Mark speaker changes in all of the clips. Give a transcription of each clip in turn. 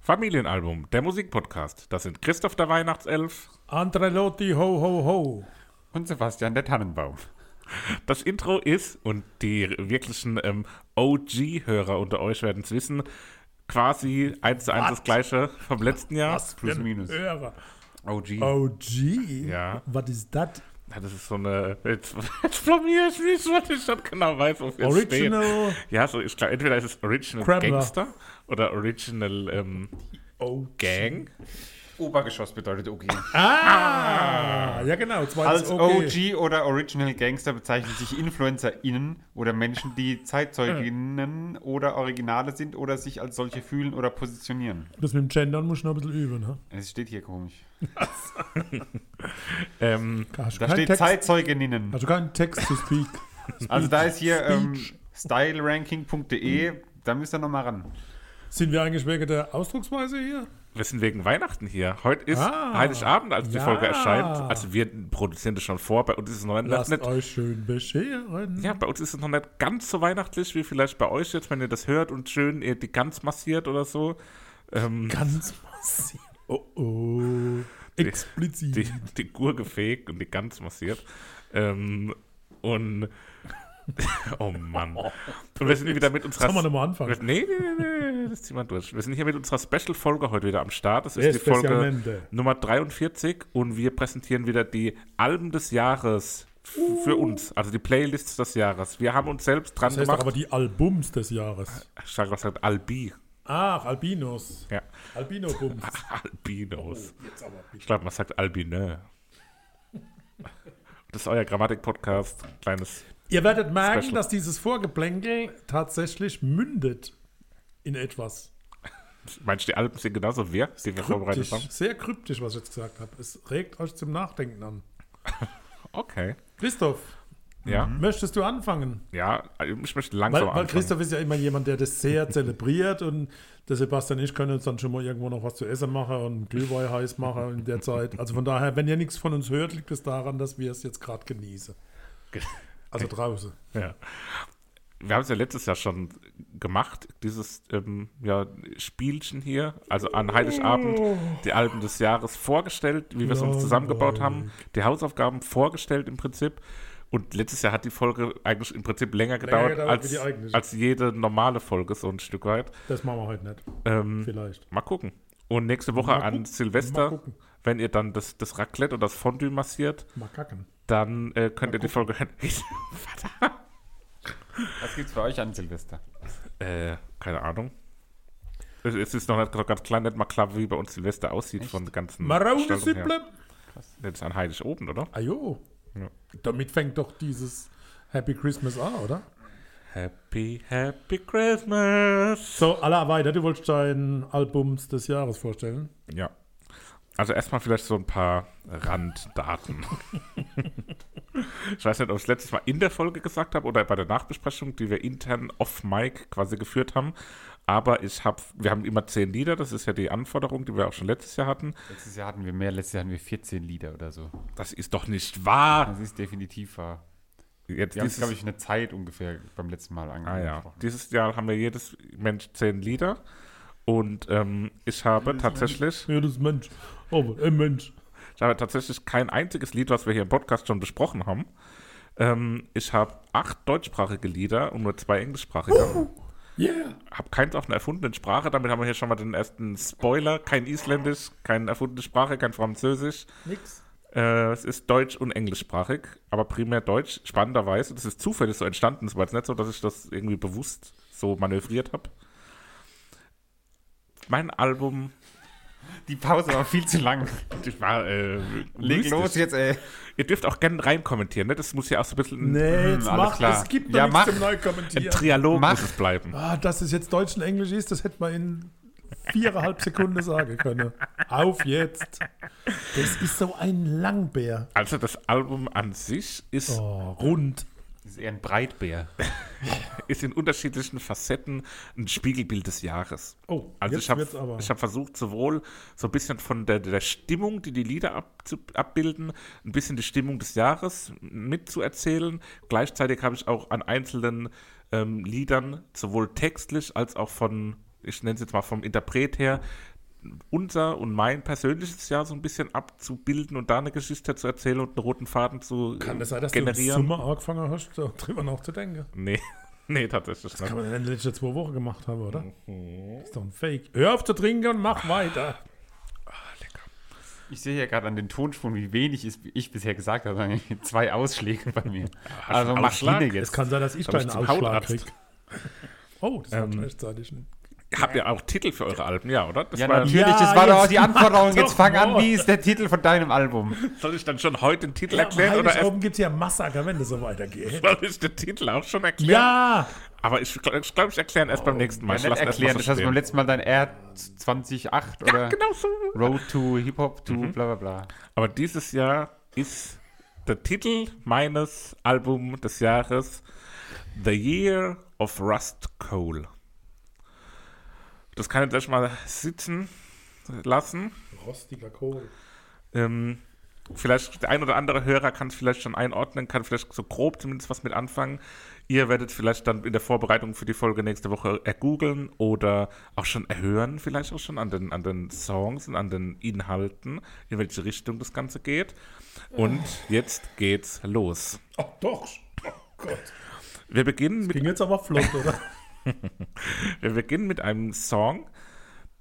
Speaker 1: Familienalbum, der Musikpodcast. Das sind Christoph der Weihnachtself.
Speaker 2: Andrelotti, ho, ho, ho.
Speaker 3: Und Sebastian der Tannenbaum.
Speaker 1: Das Intro ist, und die wirklichen ähm, OG-Hörer unter euch werden es wissen, quasi eins zu eins das gleiche vom letzten Jahr.
Speaker 3: Plus
Speaker 2: Denn Oh.
Speaker 3: minus.
Speaker 2: Hörer.
Speaker 3: OG.
Speaker 2: OG?
Speaker 1: Ja.
Speaker 2: Was ist das?
Speaker 1: Ja, das ist so eine. Jetzt, jetzt blamier ich mich, was ich schon genau weiß, wofür es steht.
Speaker 2: Original
Speaker 1: Ja, so ich glaube, entweder ist es Original
Speaker 2: Kremler.
Speaker 1: Gangster oder Original ähm,
Speaker 2: OG.
Speaker 1: Gang.
Speaker 3: Obergeschoss bedeutet OG.
Speaker 2: Ah! Ja, genau. Zweites
Speaker 3: Als
Speaker 2: OG.
Speaker 3: OG oder Original Gangster bezeichnen sich InfluencerInnen oder Menschen, die Zeitzeuginnen oder Originale sind oder sich als solche fühlen oder positionieren.
Speaker 2: Das mit dem Gendern muss ich noch ein bisschen üben. Ne?
Speaker 3: Es steht hier komisch.
Speaker 1: Ähm,
Speaker 2: Hast du
Speaker 3: Da
Speaker 2: keinen
Speaker 3: steht
Speaker 2: Text,
Speaker 3: Zeitzeuginnen.
Speaker 2: Hast du keinen Text to speak?
Speaker 3: Also da ist hier ähm,
Speaker 2: Speech.
Speaker 3: styleranking.de, da müsst ihr nochmal ran.
Speaker 2: Sind wir eigentlich wegen der Ausdrucksweise hier?
Speaker 1: wir sind wegen Weihnachten hier. Heute ist
Speaker 2: Ah.
Speaker 1: Heiligabend, als die
Speaker 2: Ja.
Speaker 1: Folge erscheint. Also wir produzieren das schon vor. Bei uns ist es noch
Speaker 2: Lasst
Speaker 1: nicht.
Speaker 2: euch schön bescheren.
Speaker 1: Ja, bei uns ist es noch nicht ganz so weihnachtlich wie vielleicht bei euch jetzt, wenn ihr das hört und schön ihr die Gans massiert oder so. Ähm,
Speaker 2: Ganz massiv. Oh, oh. Explizit.
Speaker 1: die, die Gurke fegt und die Gans massiert. Ähm, und oh Mann. Und wir sind wieder mit unserer.
Speaker 2: Sollen wir nochmal anfangen?
Speaker 1: Äh, Nee, nee, nee, nee, das ziehen wir durch. Wir sind hier mit unserer Special-Folge heute wieder am Start. Das ist die Folge
Speaker 2: Especialmente.
Speaker 1: Nummer 43 und wir präsentieren wieder die Alben des Jahres f- für uns, also die Playlists des Jahres. Wir haben uns selbst dran
Speaker 2: Uh. Das heißt doch
Speaker 1: gemacht.
Speaker 2: aber die Albums des Jahres.
Speaker 1: Ich sag was halt Albi.
Speaker 2: Ach, Albinos.
Speaker 1: Ja.
Speaker 2: Albino-Bums.
Speaker 1: Albinos.
Speaker 2: Jetzt aber bitte.
Speaker 1: Ich glaube, man sagt Albine. Das ist euer Grammatik-Podcast. Kleines.
Speaker 2: Ihr werdet merken,
Speaker 1: Special.
Speaker 2: dass dieses Vorgeplänkel tatsächlich mündet in etwas.
Speaker 1: Meinst du, die Alben sind genauso wir, die wir vorbereitet
Speaker 2: Kryptisch,
Speaker 1: haben?
Speaker 2: sehr kryptisch, was ich jetzt gesagt habe. Es regt euch zum Nachdenken an.
Speaker 1: Okay.
Speaker 2: Christoph,
Speaker 1: Ja,
Speaker 2: möchtest du anfangen?
Speaker 1: ja, ich möchte
Speaker 2: Weil,
Speaker 1: langsam
Speaker 2: weil
Speaker 1: anfangen.
Speaker 2: Christoph ist ja immer jemand, der das sehr zelebriert und der Sebastian und ich können uns dann schon mal irgendwo noch was zu essen machen und Glühwein heiß machen in der Zeit. Also von daher, wenn ihr nichts von uns hört, liegt es daran, dass wir es jetzt gerade genießen. Also draußen.
Speaker 1: Ja. Wir haben es ja letztes Jahr schon gemacht, dieses ähm, ja, Spielchen hier, also an Heiligabend
Speaker 2: Oh.
Speaker 1: die Alben des Jahres vorgestellt, wie wir es uns zusammengebaut haben, die Hausaufgaben vorgestellt im Prinzip. Und letztes Jahr hat die Folge eigentlich im Prinzip länger gedauert,
Speaker 2: gedauert wie die
Speaker 1: als,
Speaker 2: eigentliche.
Speaker 1: als jede normale Folge, so ein Stück weit.
Speaker 2: Das machen wir heute nicht.
Speaker 1: Ähm,
Speaker 2: Vielleicht.
Speaker 1: mal gucken. Und nächste Woche
Speaker 2: Mal
Speaker 1: an
Speaker 2: gucken, mal
Speaker 1: Silvester,
Speaker 2: gucken.
Speaker 1: wenn ihr dann das, das Raclette oder das Fondue massiert,
Speaker 2: Mal kacken.
Speaker 1: dann äh, könnt ihr die Folge hören.
Speaker 3: Was gibt's für euch an Silvester?
Speaker 1: Äh, keine Ahnung. Es, es ist noch nicht noch ganz klar, nicht mal klar, wie bei uns Silvester aussieht von den ganzen.
Speaker 2: Marone
Speaker 1: Gestaltung her.
Speaker 2: Sible.
Speaker 1: Das ist an Heilig oben, oder?
Speaker 2: Ajo.
Speaker 1: Ja.
Speaker 2: Damit fängt doch dieses Happy Christmas an, oder?
Speaker 1: Happy, happy Christmas!
Speaker 2: So, Allah weiter, du wolltest dein Albums des Jahres vorstellen.
Speaker 1: Ja. Also erstmal vielleicht so ein paar Randdaten. ich weiß nicht, ob ich es letztes Mal in der Folge gesagt habe oder bei der Nachbesprechung, die wir intern off-Mic quasi geführt haben. Aber ich hab, wir haben immer zehn Lieder, das ist ja die Anforderung, die wir auch schon letztes Jahr hatten.
Speaker 3: Letztes Jahr hatten wir mehr, letztes Jahr hatten wir 14 Lieder oder so.
Speaker 1: Das ist doch nicht wahr!
Speaker 3: Das ist definitiv wahr.
Speaker 1: Jetzt
Speaker 3: Wir haben
Speaker 1: dieses-
Speaker 3: glaube ich, eine Zeit ungefähr beim letzten Mal
Speaker 1: Ah ja.
Speaker 3: angesprochen.
Speaker 1: Dieses Jahr haben wir jedes Mensch zehn Lieder. Und ähm, ich habe tatsächlich,
Speaker 2: Ja, das ist Mensch. Oh, ein Mensch.
Speaker 1: ich habe tatsächlich kein einziges Lied, was wir hier im Podcast schon besprochen haben. Ähm, ich habe acht deutschsprachige Lieder und nur zwei englischsprachige.
Speaker 2: Yeah.
Speaker 1: Habe keins auf einer erfundenen Sprache. Damit haben wir hier schon mal den ersten Spoiler. Kein Isländisch, keine erfundene Sprache, kein Französisch.
Speaker 2: Nix.
Speaker 1: Äh, es ist deutsch- und englischsprachig, aber primär deutsch. Spannenderweise, das ist zufällig so entstanden. Es war jetzt nicht so, dass ich das irgendwie bewusst so manövriert habe. Mein Album,
Speaker 3: Die Pause war viel zu lang.
Speaker 1: ich war, äh,
Speaker 3: Leg
Speaker 1: mystisch.
Speaker 3: los jetzt, ey.
Speaker 1: Ihr dürft auch gerne reinkommentieren, ne? Das muss ja auch so ein bisschen ein-
Speaker 2: Nee, jetzt
Speaker 3: alles
Speaker 2: mach,
Speaker 3: klar.
Speaker 2: es gibt noch
Speaker 3: Ja,
Speaker 2: nichts
Speaker 3: mach.
Speaker 2: zum
Speaker 1: ein
Speaker 2: Neukommentieren.
Speaker 1: Trialog
Speaker 3: Mach.
Speaker 1: muss es bleiben.
Speaker 2: Ah, dass es jetzt Deutsch und Englisch ist, das hätte man in viereinhalb Sekunden sagen können. Auf jetzt. Das ist so ein Langbär.
Speaker 1: Also das Album an sich ist
Speaker 2: Oh, rund.
Speaker 3: Das ist eher ein Breitbär.
Speaker 1: ist in unterschiedlichen Facetten ein Spiegelbild des Jahres.
Speaker 2: Oh,
Speaker 1: Also
Speaker 2: jetzt
Speaker 1: ich habe
Speaker 2: wird's aber.
Speaker 1: hab versucht, sowohl so ein bisschen von der, der Stimmung, die die Lieder abzu, abbilden, ein bisschen die Stimmung des Jahres mitzuerzählen. Gleichzeitig habe ich auch an einzelnen ähm, Liedern, sowohl textlich als auch von, ich nenne es jetzt mal vom Interpret her, unser und mein persönliches Jahr so ein bisschen abzubilden und da eine Geschichte zu erzählen und einen roten Faden zu
Speaker 2: Kann das sein, dass du
Speaker 1: generieren.
Speaker 2: im Sommer angefangen hast, darüber nachzudenken?
Speaker 1: nee, nee, tatsächlich
Speaker 2: Das
Speaker 1: nicht.
Speaker 2: kann man in den letzten zwei Wochen gemacht haben, oder? Das ist doch ein Fake. Hör auf zu trinken und mach weiter.
Speaker 3: Ich sehe ja gerade an den Tonspuren, wie wenig ist- ich bisher gesagt habe. Zwei Ausschläge bei mir. Also
Speaker 1: einen
Speaker 3: mach
Speaker 1: Ausschlag?
Speaker 3: Linie
Speaker 2: Es
Speaker 3: jetzt.
Speaker 2: kann sein, dass ich
Speaker 1: Hab
Speaker 2: da
Speaker 1: ich
Speaker 2: einen
Speaker 1: zum
Speaker 2: Ausschlag
Speaker 1: Hautarzt.
Speaker 2: krieg. Oh, das war rechtzeitig. nicht.
Speaker 1: Habt ihr auch Titel für eure Alben? Ja, oder? Das
Speaker 3: Ja,
Speaker 1: war,
Speaker 3: natürlich,
Speaker 2: Ja,
Speaker 3: das war doch
Speaker 2: jetzt
Speaker 3: die Anforderung.
Speaker 2: mach
Speaker 3: Jetzt
Speaker 2: doch
Speaker 3: fang an,
Speaker 2: mal.
Speaker 3: wie ist der Titel von deinem Album?
Speaker 1: soll ich dann schon heute den Titel
Speaker 2: Ja,
Speaker 1: erklären oder erst
Speaker 2: oben gibt es ja Massaker, wenn das so weitergeht.
Speaker 1: soll ich den Titel auch schon erklären?
Speaker 2: Ja!
Speaker 1: Aber ich glaube, ich, glaub, ich erkläre erst beim nächsten Mal.
Speaker 3: Oh, Ja,
Speaker 1: Ich
Speaker 3: nicht
Speaker 1: lass erst mal
Speaker 3: erklären,
Speaker 1: so
Speaker 3: das hast du
Speaker 1: stehen.
Speaker 3: beim letzten Mal dein R208 oder
Speaker 1: Ja, genau so.
Speaker 3: Road to Hip-Hop to bla bla bla.
Speaker 1: Aber dieses Jahr ist der Titel meines Albums des Jahres The Year of Rust Coal. Das kann ich euch mal sitzen lassen.
Speaker 2: Rostiger Kohl.
Speaker 1: Ähm, vielleicht der ein oder andere Hörer kann es vielleicht schon einordnen, kann vielleicht so grob zumindest was mit anfangen. Ihr werdet vielleicht dann in der Vorbereitung für die Folge nächste Woche ergoogeln oder auch schon erhören, vielleicht auch schon an den, an den Songs und an den Inhalten, in welche Richtung das Ganze geht. Und jetzt geht's los.
Speaker 2: Ach doch! Oh Gott.
Speaker 1: Wir beginnen mit
Speaker 2: Ging jetzt aber flott, oder?
Speaker 1: Wir beginnen mit einem Song,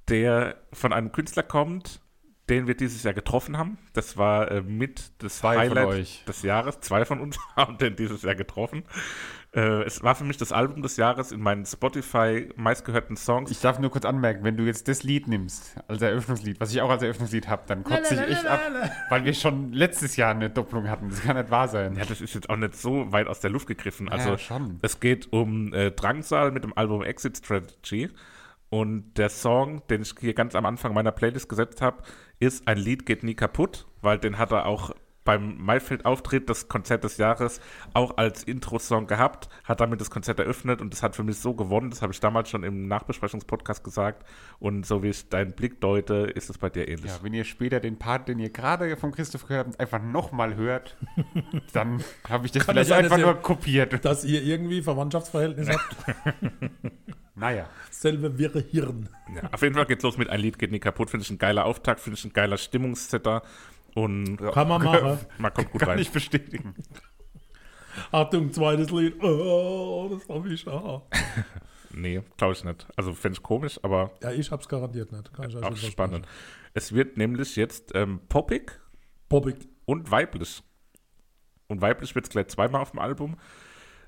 Speaker 1: der von einem Künstler kommt, den wir dieses Jahr getroffen haben. Das war äh, mit das
Speaker 3: Zwei von
Speaker 1: Highlight
Speaker 3: euch.
Speaker 1: des Jahres. Zwei von uns haben den dieses Jahr getroffen. Äh, es war für mich das Album des Jahres in meinen Spotify meistgehörten Songs.
Speaker 3: Ich darf nur kurz anmerken, wenn du jetzt das Lied nimmst, als Eröffnungslied, was ich auch als Eröffnungslied habe, dann kotze ich echt ab, weil wir schon letztes Jahr eine Doppelung hatten. Das kann nicht wahr sein.
Speaker 1: ja, das ist jetzt auch nicht so weit aus der Luft gegriffen. Also
Speaker 3: Ja, schon.
Speaker 1: es geht um äh, Drangsal mit dem Album Exit Strategy. Und der Song, den ich hier ganz am Anfang meiner Playlist gesetzt habe, ist Ein Lied geht nie kaputt, weil den hat er auch beim Maifeld-Auftritt, das Konzert des Jahres, auch als Intro-Song gehabt, hat damit das Konzert eröffnet und das hat für mich so gewonnen, das habe ich damals schon im Nachbesprechungspodcast gesagt und so wie ich deinen Blick deute, ist es bei dir ähnlich.
Speaker 3: Ja, wenn ihr später den Part, den ihr gerade von Christoph gehört habt, einfach nochmal hört, dann habe ich das
Speaker 2: Kann das
Speaker 3: vielleicht
Speaker 2: sein,
Speaker 3: einfach
Speaker 2: dass ihr-
Speaker 3: nur kopiert.
Speaker 2: Dass ihr irgendwie Verwandtschaftsverhältnis habt,
Speaker 3: Naja.
Speaker 2: selbe wirre Hirn.
Speaker 1: Ja, auf jeden Fall geht's los mit Ein Lied geht nie kaputt, finde ich ein geiler Auftakt, finde ich ein geiler Stimmungssetter und ja,
Speaker 2: Kann man machen.
Speaker 1: man kommt gut
Speaker 3: Kann
Speaker 1: rein.
Speaker 3: ich bestätigen.
Speaker 2: Achtung, zweites Lied. Oh, das hab ich auch.
Speaker 1: Nee, glaube ich nicht. Also finde ich komisch, aber
Speaker 2: Ja, ich hab's garantiert nicht. Kann ich euch
Speaker 1: auch
Speaker 2: nicht
Speaker 1: spannend. Es wird nämlich jetzt ähm, poppig
Speaker 2: versprechen. Bobbigt.
Speaker 1: und weiblich. Und weiblich wird es gleich zweimal auf dem Album.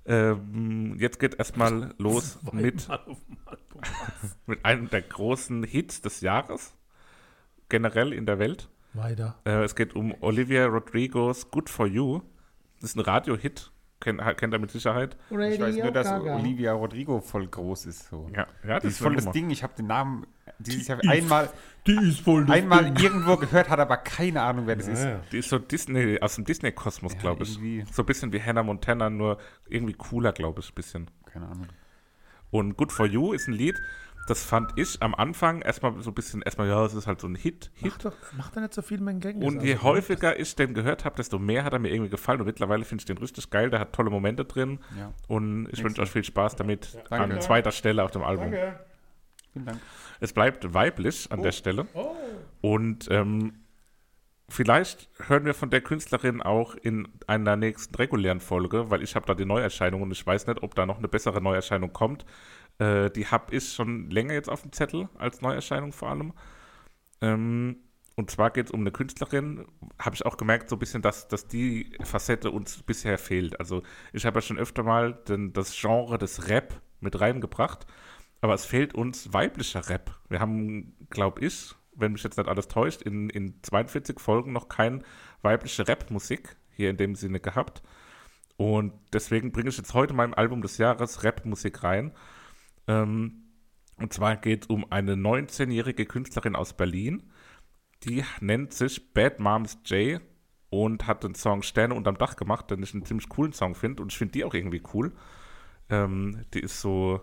Speaker 1: Ähm, jetzt geht erstmal los mit, mit einem der großen Hits des Jahres, generell in der Welt.
Speaker 2: Weiter.
Speaker 1: Äh, es geht um Olivia Rodrigo's Good For You. Das ist ein Radio-Hit. Kennt, kennt er mit Sicherheit.
Speaker 3: Ich weiß nur, dass Olivia Rodrigo voll groll ist. So.
Speaker 1: Ja, ja das,
Speaker 3: Das ist voll das Ding. Ich habe den Namen dieses Jahr einmal,
Speaker 2: Die ist voll das
Speaker 3: einmal
Speaker 2: Ding.
Speaker 3: irgendwo gehört, hat aber keine Ahnung, wer das ist.
Speaker 2: Ja, ja.
Speaker 1: Die ist so Disney, aus dem Disney-Kosmos, glaube ich.
Speaker 3: irgendwie.
Speaker 1: So ein bisschen wie Hannah Montana, nur irgendwie cooler, glaube ich, ein bisschen.
Speaker 3: Keine Ahnung.
Speaker 1: Und Good For You ist ein Lied, das fand ich am Anfang erstmal so ein bisschen, erstmal, ja, es ist halt so ein Hit, Hit.
Speaker 2: Mach doch, mach doch nicht so viel mit Also, dem Gang.
Speaker 1: Und je
Speaker 3: also
Speaker 1: häufiger ich den gehört habe, desto mehr hat er mir irgendwie gefallen. Und mittlerweile finde ich den richtig geil. Der hat tolle Momente drin.
Speaker 3: Ja.
Speaker 1: Und ich wünsche euch viel Spaß damit
Speaker 3: Danke.
Speaker 1: an zweiter Stelle auf dem Album.
Speaker 3: Vielen Dank.
Speaker 1: Es bleibt weiblich an der Stelle. Und ähm, vielleicht hören wir von der Künstlerin auch in einer nächsten regulären Folge, weil ich habe da die Neuerscheinung und ich weiß nicht, ob da noch eine bessere Neuerscheinung kommt. Äh, die habe ich schon länger jetzt auf dem Zettel als Neuerscheinung vor allem. Ähm, und zwar geht es um eine Künstlerin, habe ich auch gemerkt, so ein bisschen, dass, dass die Facette uns bisher fehlt. Also ich habe ja schon öfter mal den, das Genre des Rap mit reingebracht, aber es fehlt uns weiblicher Rap. Wir haben, glaube ich, wenn mich jetzt nicht alles täuscht, in, in 42 Folgen noch keine weibliche Rap-Musik hier in dem Sinne gehabt. Und deswegen bringe ich jetzt heute meinem Album des Jahres Rap-Musik rein. Ähm, und zwar geht es um eine 19-jährige Künstlerin aus Berlin. Die nennt sich Bad Moms J und hat den Song Sterne unterm Dach gemacht, den ich einen ziemlich coolen Song finde. Und ich finde die auch irgendwie cool. Ähm, die ist so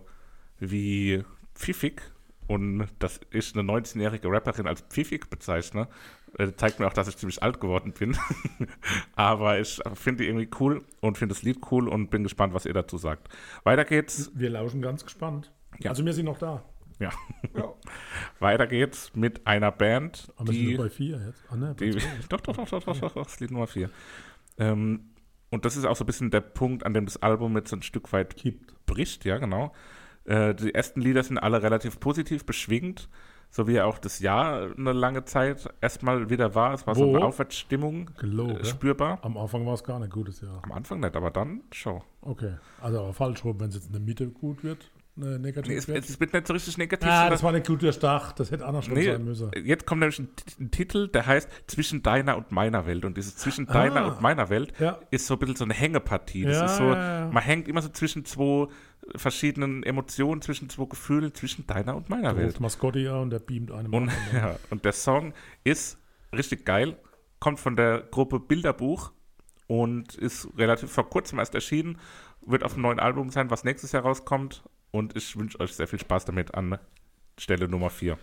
Speaker 1: wie pfiffig. Und dass ich eine 19-jährige Rapperin als pfiffig bezeichne, äh, zeigt mir auch, dass ich ziemlich alt geworden bin. Aber ich finde die irgendwie cool und finde das Lied cool und bin gespannt, was ihr dazu sagt. Weiter geht's.
Speaker 2: Wir lauschen ganz gespannt.
Speaker 1: Ja.
Speaker 2: Also, wir sind noch da.
Speaker 1: Ja.
Speaker 3: Ja.
Speaker 1: Weiter geht's mit einer Band,
Speaker 2: Aber wir sind
Speaker 1: die,
Speaker 2: nur bei vier jetzt. Ah, ne,
Speaker 1: die doch, doch, doch, doch, doch, doch, doch, das Lied Nummer 4. Ähm, und das ist auch so ein bisschen der Punkt, an dem das Album jetzt so ein Stück weit
Speaker 2: kippt.
Speaker 1: bricht, ja, genau. Äh, die ersten Lieder sind alle relativ positiv beschwingt, so wie auch das Jahr eine lange Zeit erstmal wieder war. Es war so
Speaker 2: Wo?
Speaker 1: eine Aufwärtsstimmung
Speaker 2: Gelogen.
Speaker 1: äh, spürbar.
Speaker 2: Am Anfang war es gar nicht gutes Jahr.
Speaker 1: Am Anfang nicht, aber dann schon.
Speaker 2: Okay. Also aber falsch rum, wenn es jetzt in der Mitte gut wird. Ne, negativ
Speaker 1: Nee, es,
Speaker 2: wird.
Speaker 1: es wird nicht so richtig negativ.
Speaker 2: ah,
Speaker 1: sondern-
Speaker 2: das war nicht gut durchdacht. Das hätte anders schon
Speaker 1: nee, äh,
Speaker 2: sein müssen.
Speaker 1: jetzt kommt nämlich ein, T- ein Titel, der heißt Zwischen deiner und meiner Welt. Und dieses Zwischen deiner
Speaker 2: Ah.
Speaker 1: und meiner Welt
Speaker 2: Ja.
Speaker 1: ist so ein bisschen so eine Hängepartie. Das
Speaker 2: Ja,
Speaker 1: ist so,
Speaker 2: ja, ja.
Speaker 1: man hängt immer so zwischen zwei verschiedenen Emotionen, zwischen zwei Gefühlen, zwischen deiner und meiner
Speaker 2: Da
Speaker 1: Welt.
Speaker 2: ruft Mascotti an und der beamt einem.
Speaker 1: Und, ja, und der Song ist richtig geil, kommt von der Gruppe Bilderbuch und ist relativ vor kurzem erst erschienen, wird auf dem neuen Album sein, was nächstes Jahr rauskommt. Und ich wünsche euch sehr viel Spaß damit an Stelle Nummer 4.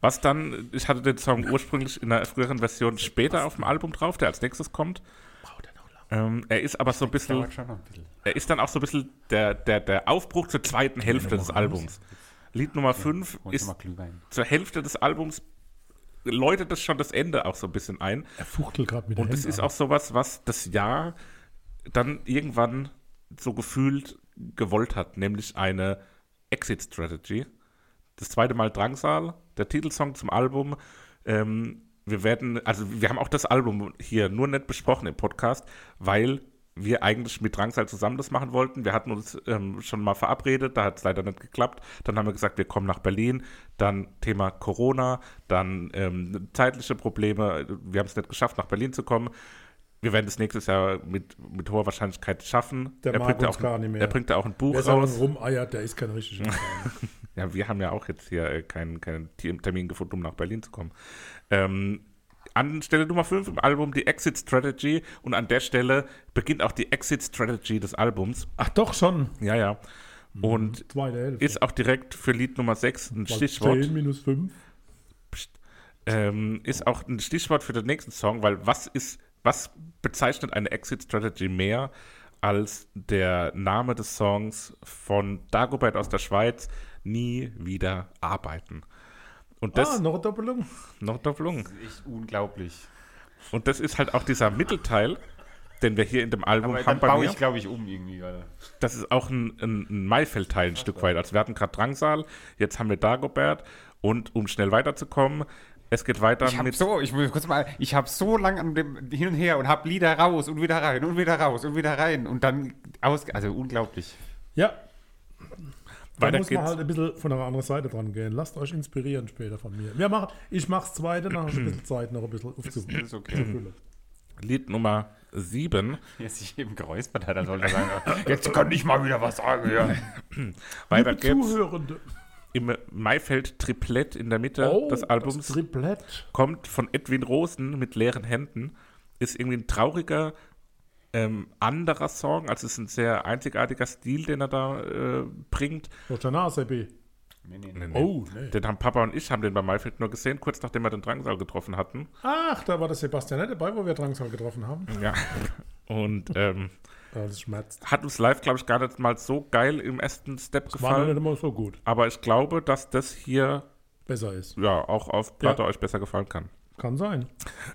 Speaker 1: Was dann, ich hatte den Song ursprünglich in einer früheren Version später auf dem Album drauf, der als nächstes kommt. Ähm, er ist aber so ein bisschen,
Speaker 3: Dauert schon noch ein bisschen.
Speaker 1: er ist dann auch so ein bisschen der, der, der Aufbruch zur zweiten Hälfte des Albums. Lied Nummer 5
Speaker 3: Hol dir
Speaker 1: ist
Speaker 3: mal Glühwein.
Speaker 1: zur Hälfte des Albums läutet das schon das Ende auch so ein bisschen ein.
Speaker 2: Er fuchtelt gerade mit
Speaker 1: Und
Speaker 2: der
Speaker 1: das ist auch sowas, was das Jahr dann irgendwann so gefühlt gewollt hat, nämlich eine Exit Strategy. Das zweite Mal Drangsal, der Titelsong zum Album. Ähm, wir werden, also wir haben auch das Album hier nur nicht besprochen im Podcast, weil wir eigentlich mit Drangsal zusammen das machen wollten. Wir hatten uns ähm, schon mal verabredet, da hat es leider nicht geklappt. Dann haben wir gesagt, wir kommen nach Berlin. Dann Thema Corona, dann ähm, zeitliche Probleme. Wir haben es nicht geschafft, nach Berlin zu kommen. Wir werden es nächstes Jahr mit, mit hoher Wahrscheinlichkeit schaffen.
Speaker 2: Der mag
Speaker 1: ja
Speaker 2: uns
Speaker 1: auch,
Speaker 2: gar nicht mehr.
Speaker 1: Er bringt ja auch ein Buch
Speaker 2: Wer
Speaker 1: raus.
Speaker 2: sagen rumeiert, der ist kein richtiger.
Speaker 1: Ja, wir haben ja auch jetzt hier äh, keinen, keinen Ti- Termin gefunden, um nach Berlin zu kommen. Ähm, an Stelle Nummer 5 im Album die Exit Strategy und an der Stelle beginnt auch die Exit Strategy des Albums.
Speaker 2: Ach doch schon.
Speaker 1: Ja, ja. Und
Speaker 2: Zweite Hälfte.
Speaker 1: ist auch direkt für Lied Nummer 6 ein
Speaker 2: Weil
Speaker 1: Stichwort.
Speaker 2: 10 minus 5.
Speaker 1: Ähm, ist auch ein Stichwort für den nächsten Song, weil was ist, was bezeichnet eine Exit Strategy mehr als der Name des Songs von Dagobert aus der Schweiz, nie wieder arbeiten. Und das
Speaker 2: ah, noch eine Doppelung.
Speaker 1: Noch Doppelung.
Speaker 3: Das ist echt unglaublich.
Speaker 1: Und das ist halt auch dieser Mittelteil, den wir hier in dem Album
Speaker 3: Aber dann
Speaker 1: haben bei
Speaker 3: baue
Speaker 1: mir.
Speaker 3: ich, glaube ich, um irgendwie. Weil
Speaker 1: Das ist auch ein, ein, ein Maifeld-Teil ein Stück weit. Also wir hatten gerade Drangsal, jetzt haben wir Dagobert. Und um schnell weiterzukommen, es geht weiter
Speaker 3: ich habe
Speaker 1: Ähm, mit...
Speaker 3: so, ich muss kurz mal, ich habe so lang an dem hin und her und habe Lieder raus und wieder rein und wieder raus und wieder rein und dann aus, also unglaublich.
Speaker 2: Ja,
Speaker 1: weiter
Speaker 2: da muss man
Speaker 1: geht's.
Speaker 2: halt ein bisschen von einer anderen Seite dran gehen. Lasst euch inspirieren später von mir. Wir machen, ich mache das zweite, dann habe ich ein bisschen Zeit, noch ein bisschen
Speaker 3: Das
Speaker 2: aufzufüllen.
Speaker 3: ist okay.
Speaker 1: Lied Nummer 7.
Speaker 3: Wer sich eben geräuspert hat, dann sollte er sagen, jetzt kann ich mal wieder was sagen. Ja.
Speaker 1: Weiter geht's
Speaker 2: Zuhörende.
Speaker 1: im Maifeld-Triplett in der Mitte
Speaker 3: Oh,
Speaker 1: des
Speaker 2: das
Speaker 1: Albums.
Speaker 2: Triplett.
Speaker 1: kommt von Edwin Rosen mit leeren Händen, ist irgendwie ein trauriger, ähm, anderer Song. Also es ist ein sehr einzigartiger Stil, den er da äh, bringt.
Speaker 2: Roger Nasebi.
Speaker 3: Nee, nee,
Speaker 1: Nee, nee.
Speaker 2: Oh, nee.
Speaker 1: Den haben Papa und ich haben den bei Maifeld nur gesehen, kurz nachdem wir den Drangsal getroffen hatten.
Speaker 2: Ach, da war der Sebastian nicht dabei, wo wir Drangsal getroffen haben.
Speaker 1: Ja. Und ähm,
Speaker 2: Ah, Das schmerzt.
Speaker 1: hat uns live, glaube ich, gar nicht mal so geil im ersten Step
Speaker 2: War noch nicht
Speaker 1: gefallen.
Speaker 2: immer so gut.
Speaker 1: Aber ich glaube, dass das hier
Speaker 2: Besser ist.
Speaker 1: ja auch auf Platte
Speaker 2: Ja.
Speaker 1: euch besser gefallen kann.
Speaker 2: Kann sein.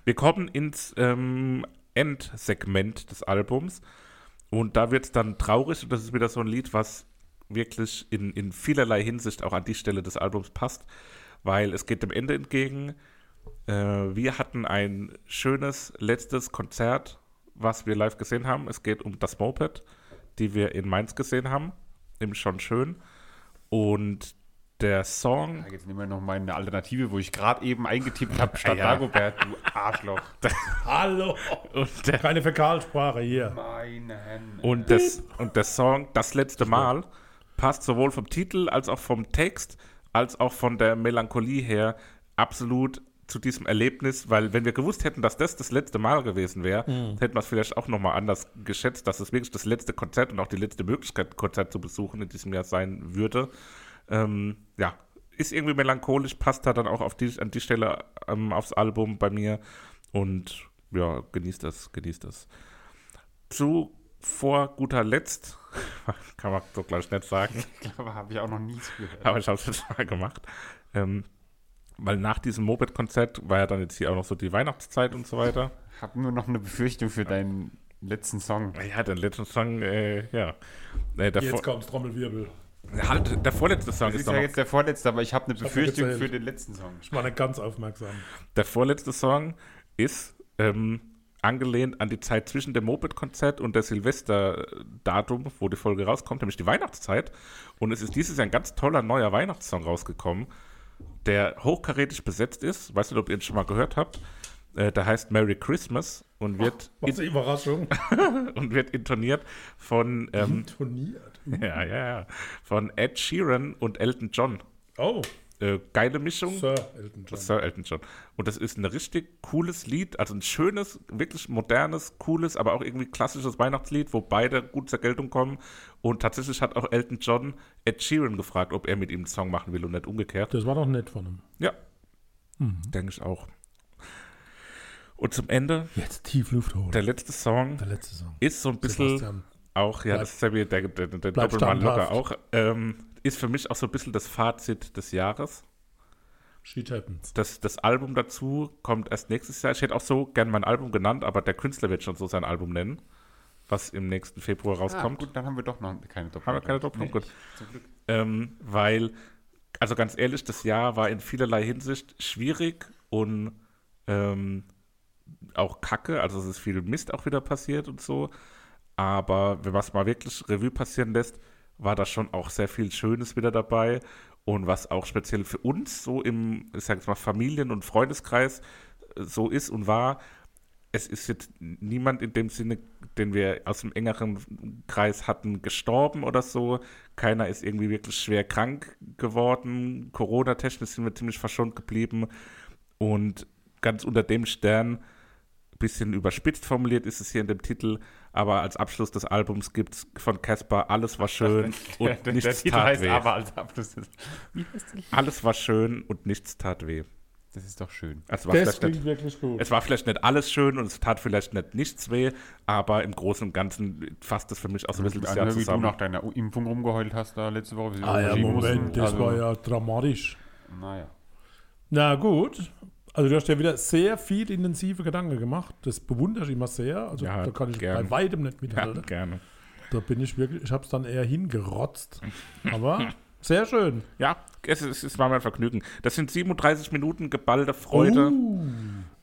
Speaker 1: Wir kommen ins ähm, Endsegment des Albums und da wird es dann traurig und das ist wieder so ein Lied, was wirklich in, in vielerlei Hinsicht auch an die Stelle des Albums passt, weil es geht dem Ende entgegen. Äh, wir hatten ein schönes letztes Konzert, was wir live gesehen haben. Es geht um das Moped, die wir in Mainz gesehen haben, im Schon Schön. Und der Song
Speaker 3: Da jetzt nehmen wir noch meine Alternative, wo ich gerade eben eingetippt habe, statt
Speaker 1: Ja.
Speaker 3: Dagobert, du Arschloch.
Speaker 2: Hallo.
Speaker 1: und der,
Speaker 2: Keine Fäkalsprache hier.
Speaker 3: Meine Hände.
Speaker 1: Und, das, und der Song Das letzte Mal passt sowohl vom Titel als auch vom Text als auch von der Melancholie her absolut zu diesem Erlebnis, weil wenn wir gewusst hätten, dass das das letzte Mal gewesen wäre, hätten wir es vielleicht auch nochmal anders geschätzt, dass es wirklich das letzte Konzert und auch die letzte Möglichkeit, ein Konzert zu besuchen in diesem Jahr sein würde. Ähm, ja, ist irgendwie melancholisch, passt da dann auch auf die, an die Stelle ähm, aufs Album bei mir und ja, genießt das, genießt das. Zu vor guter Letzt, kann man so gleich nicht sagen,
Speaker 3: Ich glaube, habe ich auch noch nie so gehört.
Speaker 1: aber ich habe es jetzt mal gemacht. Ähm, weil nach diesem Moped-Konzert war ja dann jetzt hier auch noch so die Weihnachtszeit und so weiter.
Speaker 3: Ich habe nur noch eine Befürchtung für deinen letzten Song.
Speaker 1: Ja, den letzten Song, äh, ja. Nee, Äh, der,
Speaker 2: Jetzt
Speaker 1: vor,
Speaker 2: kommt's Trommelwirbel.
Speaker 1: halt, der vorletzte Song
Speaker 3: Das
Speaker 1: ist
Speaker 3: ist
Speaker 1: doch
Speaker 3: ja
Speaker 1: noch
Speaker 3: jetzt der vorletzte, aber ich habe eine
Speaker 2: hab
Speaker 3: Befürchtung
Speaker 2: gezählt.
Speaker 3: für den letzten Song.
Speaker 2: Ich war nicht ganz aufmerksam.
Speaker 1: Der vorletzte Song ist ähm, angelehnt an die Zeit zwischen dem Moped-Konzert und der Silvester-Datum, wo die Folge rauskommt, nämlich die Weihnachtszeit. Und es ist dieses Jahr ein ganz toller neuer Weihnachtssong rausgekommen, der hochkarätig besetzt ist. Weiß nicht, ob ihr ihn schon mal gehört habt. Äh, der heißt Merry Christmas und wird,
Speaker 2: Was eine Überraschung.
Speaker 1: und wird intoniert von, ähm,
Speaker 2: Intoniert.
Speaker 1: ja, ja, ja, von Ed Sheeran und Elton John.
Speaker 2: Oh,
Speaker 1: Äh, geile Mischung.
Speaker 2: Sir Elton John.
Speaker 1: Sir Elton John. Und das ist ein richtig cooles Lied, also ein schönes, wirklich modernes, cooles, aber auch irgendwie klassisches Weihnachtslied, wo beide gut zur Geltung kommen. Und tatsächlich hat auch Elton John Ed Sheeran gefragt, ob er mit ihm einen Song machen will und nicht umgekehrt.
Speaker 2: Das war doch nett von ihm.
Speaker 1: Ja,
Speaker 2: Mhm.
Speaker 1: denke ich auch. Und zum Ende,
Speaker 2: Jetzt tief Luft holen.
Speaker 1: der
Speaker 2: Der,
Speaker 1: letzte Song
Speaker 2: letzte Song.
Speaker 1: ist so ein bisschen
Speaker 2: Sebastian.
Speaker 1: auch, ja,
Speaker 2: Bleib-
Speaker 1: das ist ja wieder der, der, der
Speaker 2: bleib
Speaker 1: Doppelmann locker
Speaker 2: standhaft.
Speaker 1: auch, ähm, ist für mich auch so ein bisschen das Fazit des Jahres.
Speaker 2: Shit happens.
Speaker 1: das, das Album dazu kommt erst nächstes Jahr. Ich hätte auch so gern mein Album genannt, aber der Künstler wird schon so sein Album nennen, was im nächsten Februar
Speaker 3: Ah,
Speaker 1: rauskommt.
Speaker 3: gut, dann haben wir doch noch keine Doppelung.
Speaker 1: Haben wir keine Doppelung? Gut.
Speaker 3: ich- ne? Zum Glück.
Speaker 1: ähm, weil, also ganz ehrlich, das Jahr war in vielerlei Hinsicht schwierig und ähm, auch kacke. Also es ist viel Mist auch wieder passiert und so. Aber wenn man es mal wirklich Revue passieren lässt, war da schon auch sehr viel Schönes wieder dabei. Und was auch speziell für uns so im, ich sag jetzt mal, Familien- und Freundeskreis äh, so ist und war, es ist jetzt niemand in dem Sinne, den wir aus dem engeren Kreis hatten, gestorben oder so. Keiner ist irgendwie wirklich schwer krank geworden. Corona-technisch sind wir ziemlich verschont geblieben. Und ganz unter dem Stern, bisschen überspitzt formuliert ist es hier in dem Titel, aber als Abschluss des Albums gibt es von Caspar Alles war schön und
Speaker 3: der, der
Speaker 1: nichts
Speaker 3: Titel
Speaker 1: tat
Speaker 3: heißt
Speaker 1: weh.
Speaker 3: aber als Abschluss. des-
Speaker 1: Alles war schön und nichts tat weh.
Speaker 3: Das ist doch schön.
Speaker 1: Also war
Speaker 2: Das
Speaker 1: vielleicht nicht-
Speaker 2: klingt wirklich gut.
Speaker 1: es war vielleicht nicht alles schön und es tat vielleicht nicht nichts weh, aber im Großen und Ganzen fasst es für mich auch so ein bisschen das Jahr
Speaker 3: Also, wie du
Speaker 1: zusammen.
Speaker 3: nach deiner U- Impfung rumgeheult hast da letzte Woche. wie wir
Speaker 2: Ah ja,
Speaker 3: schieben
Speaker 2: Moment,
Speaker 3: mussten.
Speaker 2: das
Speaker 3: Also,
Speaker 2: war ja dramatisch.
Speaker 3: Naja.
Speaker 2: Na gut. Also du hast ja wieder sehr viel intensive Gedanken gemacht. Das bewundere ich immer sehr. Also
Speaker 1: Ja,
Speaker 2: da kann ich
Speaker 1: gern.
Speaker 2: bei weitem nicht
Speaker 1: Ja,
Speaker 2: mithalten.
Speaker 1: gerne.
Speaker 2: Da bin ich wirklich, ich habe es dann eher hingerotzt. Aber sehr schön.
Speaker 1: Ja, es, ist- es war mein Vergnügen. Das sind 37 Minuten geballte Freude
Speaker 2: Oh,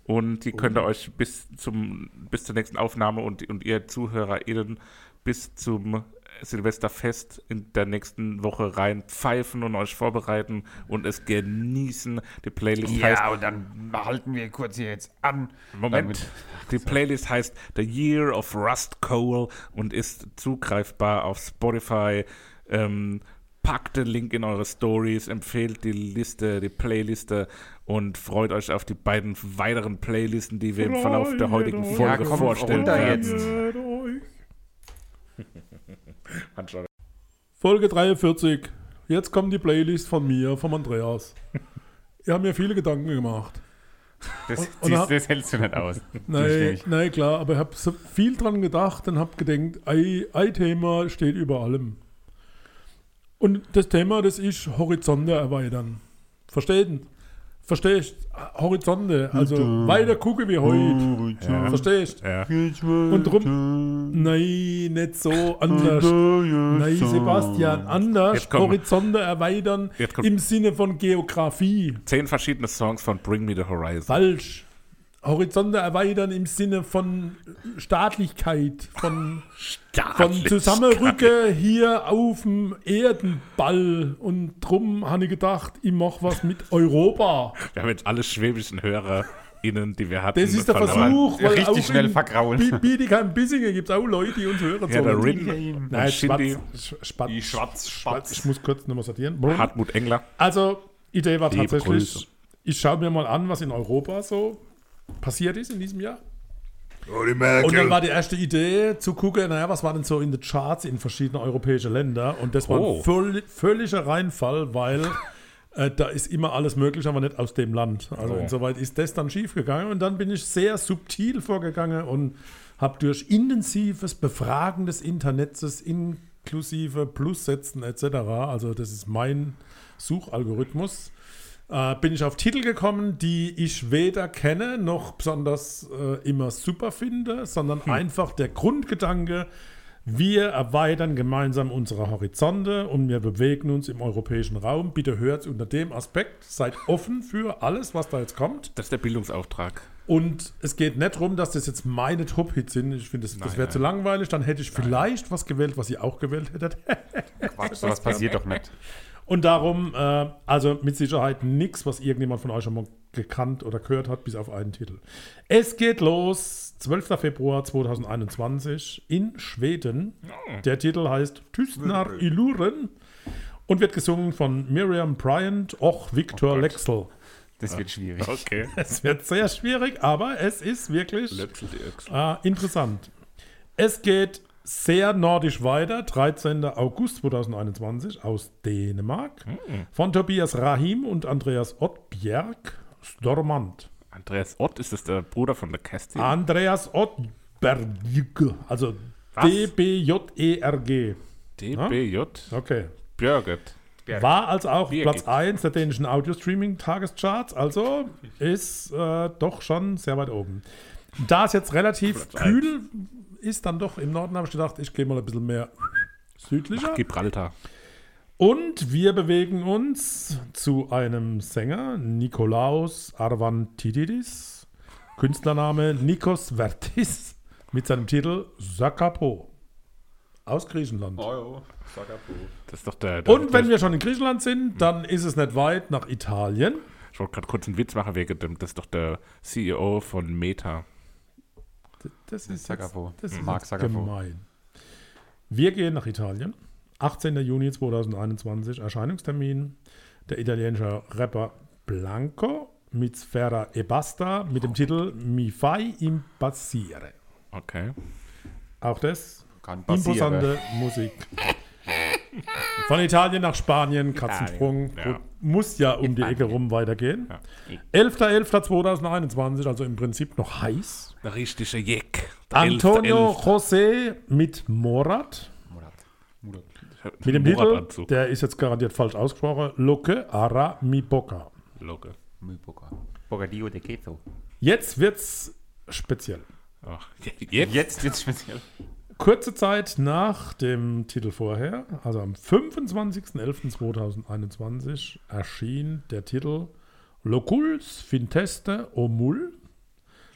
Speaker 3: Oh.
Speaker 1: und die könnt ihr euch bis, zum, bis zur nächsten Aufnahme und, und ihr ZuhörerInnen bis zum Silvesterfest in der nächsten Woche rein pfeifen und euch vorbereiten und es genießen. Die Playlist heißt
Speaker 3: Ja, und dann halten wir kurz hier jetzt an.
Speaker 1: Moment. Die Playlist heißt The Year of Rust Coal und ist zugreifbar auf Spotify. Ähm, packt den Link in eure Stories, empfehlt die Liste, die Playliste und freut euch auf die beiden weiteren Playlisten, die wir im Verlauf der heutigen
Speaker 2: Ja,
Speaker 1: Folge
Speaker 3: komm,
Speaker 1: vorstellen
Speaker 3: runter
Speaker 1: werden.
Speaker 3: jetzt.
Speaker 2: Folge 43. Jetzt kommt die Playlist von mir, vom Andreas. Ihr habt mir viele Gedanken gemacht.
Speaker 3: Das,
Speaker 2: Und- und
Speaker 3: siehst-
Speaker 2: hab-
Speaker 3: das hältst du nicht aus.
Speaker 2: Nein, nein, klar, aber ich habe so viel dran gedacht und habe gedacht, ein, ein Thema steht über allem. Und das Thema, das ist Horizonte erweitern. Verstehen? Verstehst? Horizonte, also weiter gucken wie heute.
Speaker 3: Nein.
Speaker 2: Verstehst?
Speaker 1: Hm, Ja.
Speaker 2: Und drum, nein, nicht so anders. Nein, Sebastian, anders
Speaker 1: Hm, Jetzt komm.
Speaker 2: Horizonte erweitern
Speaker 1: Jetzt komm.
Speaker 2: im Sinne von Geografie.
Speaker 1: Zehn verschiedene Songs von Bring Me the Horizon.
Speaker 2: Falsch. Horizonte erweitern im Sinne von Staatlichkeit, von, von Zusammenrücken hier auf dem Erdenball. Und drum habe ich gedacht, ich mache was mit Europa.
Speaker 1: Wir haben jetzt alle schwäbischen HörerInnen, die wir hatten.
Speaker 2: Das ist der
Speaker 1: verloren.
Speaker 2: Versuch, weil
Speaker 3: richtig
Speaker 2: auch
Speaker 3: schnell
Speaker 2: in
Speaker 3: vergrault.
Speaker 2: Bi- Bietigheim-Bissingen gibt es auch Leute, die uns hören.
Speaker 1: Ja, der
Speaker 2: sollen.
Speaker 1: Rin,
Speaker 2: Nein,
Speaker 1: und Shindy,
Speaker 2: Schwatz, Sch- Spatz,
Speaker 3: Die
Speaker 2: Spatz.
Speaker 3: schwarz schwarz
Speaker 2: Ich muss kurz nochmal sortieren.
Speaker 1: Hartmut Engler.
Speaker 2: Also, Idee war
Speaker 1: Liebe
Speaker 2: tatsächlich,
Speaker 1: Grüße.
Speaker 2: ich schaue mir mal an, was in Europa so passiert ist in diesem Jahr. Und dann war die erste Idee zu gucken, naja, was war denn so in den Charts in verschiedenen europäischen Ländern? Und das war
Speaker 1: Oh.
Speaker 2: ein völ völliger Reinfall, weil äh, da ist immer alles möglich, aber nicht aus dem Land. Also
Speaker 1: Oh.
Speaker 2: insoweit ist das dann schief gegangen. Und dann bin ich sehr subtil vorgegangen und habe durch intensives Befragen des Internets inklusive Plussätzen etc., also das ist mein Suchalgorithmus, äh, bin ich auf Titel gekommen, die ich weder kenne noch besonders äh, immer super finde, sondern
Speaker 1: Hm.
Speaker 2: einfach der Grundgedanke, wir erweitern gemeinsam unsere Horizonte und wir bewegen uns im europäischen Raum. Bitte hört unter dem Aspekt, seid offen für alles, was da jetzt kommt.
Speaker 1: Das ist der Bildungsauftrag.
Speaker 2: Und es geht nicht darum, dass das jetzt meine Top-Hits sind. Ich finde, das, das
Speaker 1: Nein,
Speaker 2: wäre
Speaker 1: nein.
Speaker 2: zu langweilig. Dann hätte ich vielleicht was gewählt, was ihr auch gewählt hättet.
Speaker 3: Quatsch, sowas passiert doch nicht.
Speaker 2: Und darum, äh, also mit Sicherheit nichts, was irgendjemand von euch schon mal gekannt oder gehört hat, bis auf einen Titel. Es geht los, 12. Februar 2021 in Schweden. Der Titel heißt Tystnar Illuren und wird gesungen von Miriam Bryant och Victor Lexel.
Speaker 3: Das wird schwierig.
Speaker 1: Okay.
Speaker 2: Es wird sehr schwierig, aber es ist wirklich Ah, interessant. Es geht sehr nordisch weiter. 13. August 2021 aus Dänemark. Von Tobias Rahim und Andreas Ottbjerg. Stormant.
Speaker 1: Andreas Ott, ist das der Bruder von der Kerstin?
Speaker 2: Ah. Andreas Ottberg. Also
Speaker 1: Was?
Speaker 2: D-B-J-E-R-G.
Speaker 1: DBJ
Speaker 2: E Okay.
Speaker 1: Björget.
Speaker 2: War also auch
Speaker 1: Birgit.
Speaker 2: Platz 1 der dänischen Audio-Streaming-Tagescharts, also ist äh, doch schon sehr weit oben. Da es jetzt relativ
Speaker 1: Platz
Speaker 2: kühl ist, dann doch im Norden, habe ich gedacht, ich gehe mal ein bisschen mehr südlicher.
Speaker 1: Gibraltar.
Speaker 2: Und wir bewegen uns zu einem Sänger, Nikolaos Arvantidis, Künstlername Nikos Vertis, mit seinem Titel Sakapo aus Griechenland.
Speaker 3: Oh, sag ab,
Speaker 1: Das ist doch der. der
Speaker 2: Und wenn wir schon in Griechenland sind, dann ist es nicht weit nach Italien.
Speaker 1: ich wollte gerade kurz einen Witz machen wegen dem. Das ist doch der CEO von Meta.
Speaker 2: Das ist
Speaker 3: Sagafo.
Speaker 2: jetzt, das ist
Speaker 3: Mark
Speaker 2: jetzt
Speaker 3: Sagafo.
Speaker 2: gemein. Wir gehen nach Italien. 18. Juni 2021, Erscheinungstermin. Der italienische Rapper Blanco mit Sfera e Basta mit dem Titel Mi fai impazzire.
Speaker 1: Okay.
Speaker 2: Auch das
Speaker 3: Kann passieren.
Speaker 2: imposante Musik. Von Italien nach Spanien, Katzensprung.
Speaker 1: Italien, ja.
Speaker 2: Gut, Muss ja um die Ecke rum weitergehen.
Speaker 1: Ja.
Speaker 2: 11.11.2021, also im Prinzip noch heiß.
Speaker 1: Der richtige Jeck. Der
Speaker 2: Antonio
Speaker 1: 11.11..
Speaker 2: José mit Morat.
Speaker 3: Murat. Murat.
Speaker 2: Mit dem Titel,
Speaker 1: Moratanzug.
Speaker 2: der ist jetzt garantiert falsch ausgesprochen, Loke Ara Mi Boca.
Speaker 1: Logo.
Speaker 3: Mühlbocker. Bogadillo de Queto.
Speaker 2: Jetzt wird's speziell.
Speaker 1: Ach, je- jetzt?
Speaker 3: Jetzt wird's speziell.
Speaker 2: Kurze Zeit nach dem Titel vorher, also am 25.11.2021, erschien der Titel Loculs Finteste Omul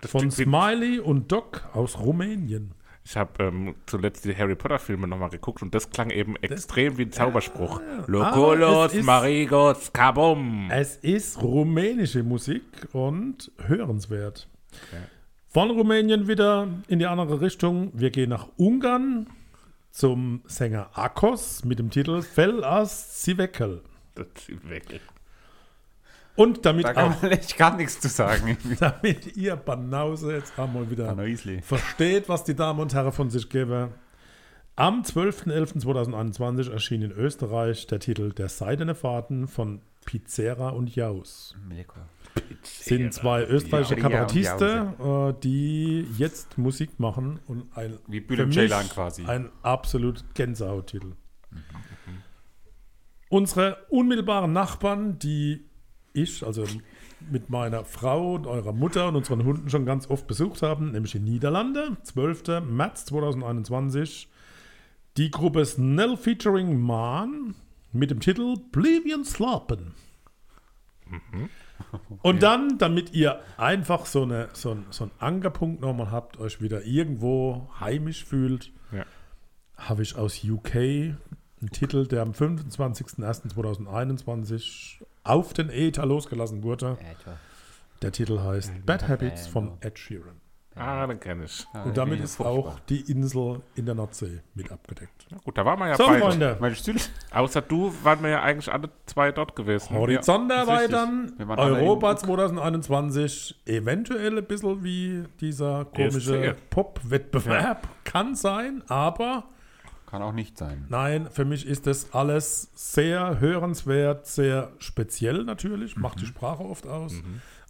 Speaker 2: von
Speaker 1: klingt wie-
Speaker 2: Smiley und Doc aus Rumänien.
Speaker 1: Ich habe ähm, zuletzt die Harry Potter Filme nochmal geguckt und das klang eben extrem wie ein Zauberspruch. Locolos,
Speaker 2: Ah. es ist-
Speaker 1: Marigos, Kabum.
Speaker 2: Es ist rumänische Musik und hörenswert. Von Rumänien wieder in die andere Richtung. Wir gehen nach Ungarn zum Sänger Akos mit dem Titel Fellas Sivekel.
Speaker 1: Das ist weg.
Speaker 2: Und damit,
Speaker 3: Da
Speaker 2: auch,
Speaker 3: kann man echt gar nichts zu sagen.
Speaker 2: damit ihr Banause jetzt einmal wieder
Speaker 3: Noisli.
Speaker 2: versteht, was die Damen und Herren von sich geben. Am 12.11.2021 erschien in Österreich der Titel Der Seidene Faden von Pizzera und Jaus. sind zwei österreichische
Speaker 3: Ja,
Speaker 2: Kabarettisten, äh, die jetzt Musik machen und ein
Speaker 3: Wie
Speaker 2: für
Speaker 3: Bülent
Speaker 2: mich
Speaker 3: Ceylan quasi. Mhm,
Speaker 2: ein absolut Gänsehauttitel. Unsere unmittelbaren Nachbarn, die ich, also mit meiner Frau und eurer Mutter und unseren Hunden schon ganz oft besucht haben, nämlich die Niederlande, 12. März 2021, die Gruppe Snell featuring Man mit dem Titel Blivian Slapen. Und dann, damit ihr einfach so, eine, so, ein, so einen Ankerpunkt nochmal habt, euch wieder irgendwo heimisch fühlt,
Speaker 1: Ja.
Speaker 2: habe ich aus UK einen Titel, der am 25.01.2021 auf den Äther losgelassen wurde. Der Titel heißt Bad Habits von Ed Sheeran.
Speaker 1: Ah, den kenne ich.
Speaker 2: Und damit ist auch die Insel in der Nordsee mit abgedeckt.
Speaker 1: Na gut, da waren wir ja
Speaker 2: So,
Speaker 1: beide.
Speaker 2: Freunde,
Speaker 3: Meine Stühle.
Speaker 1: Außer du waren wir ja eigentlich alle zwei dort gewesen.
Speaker 2: Horizont erweitern,
Speaker 3: richtig. Wir waren alle
Speaker 2: Europa
Speaker 3: im
Speaker 2: 2021, eventuell ein bisschen wie dieser
Speaker 1: ESC.
Speaker 2: komische Pop-Wettbewerb. Kann sein, aber
Speaker 3: Kann auch nicht sein.
Speaker 2: nein, für mich ist das alles sehr hörenswert, sehr speziell natürlich, macht
Speaker 3: Mhm.
Speaker 2: die Sprache oft aus.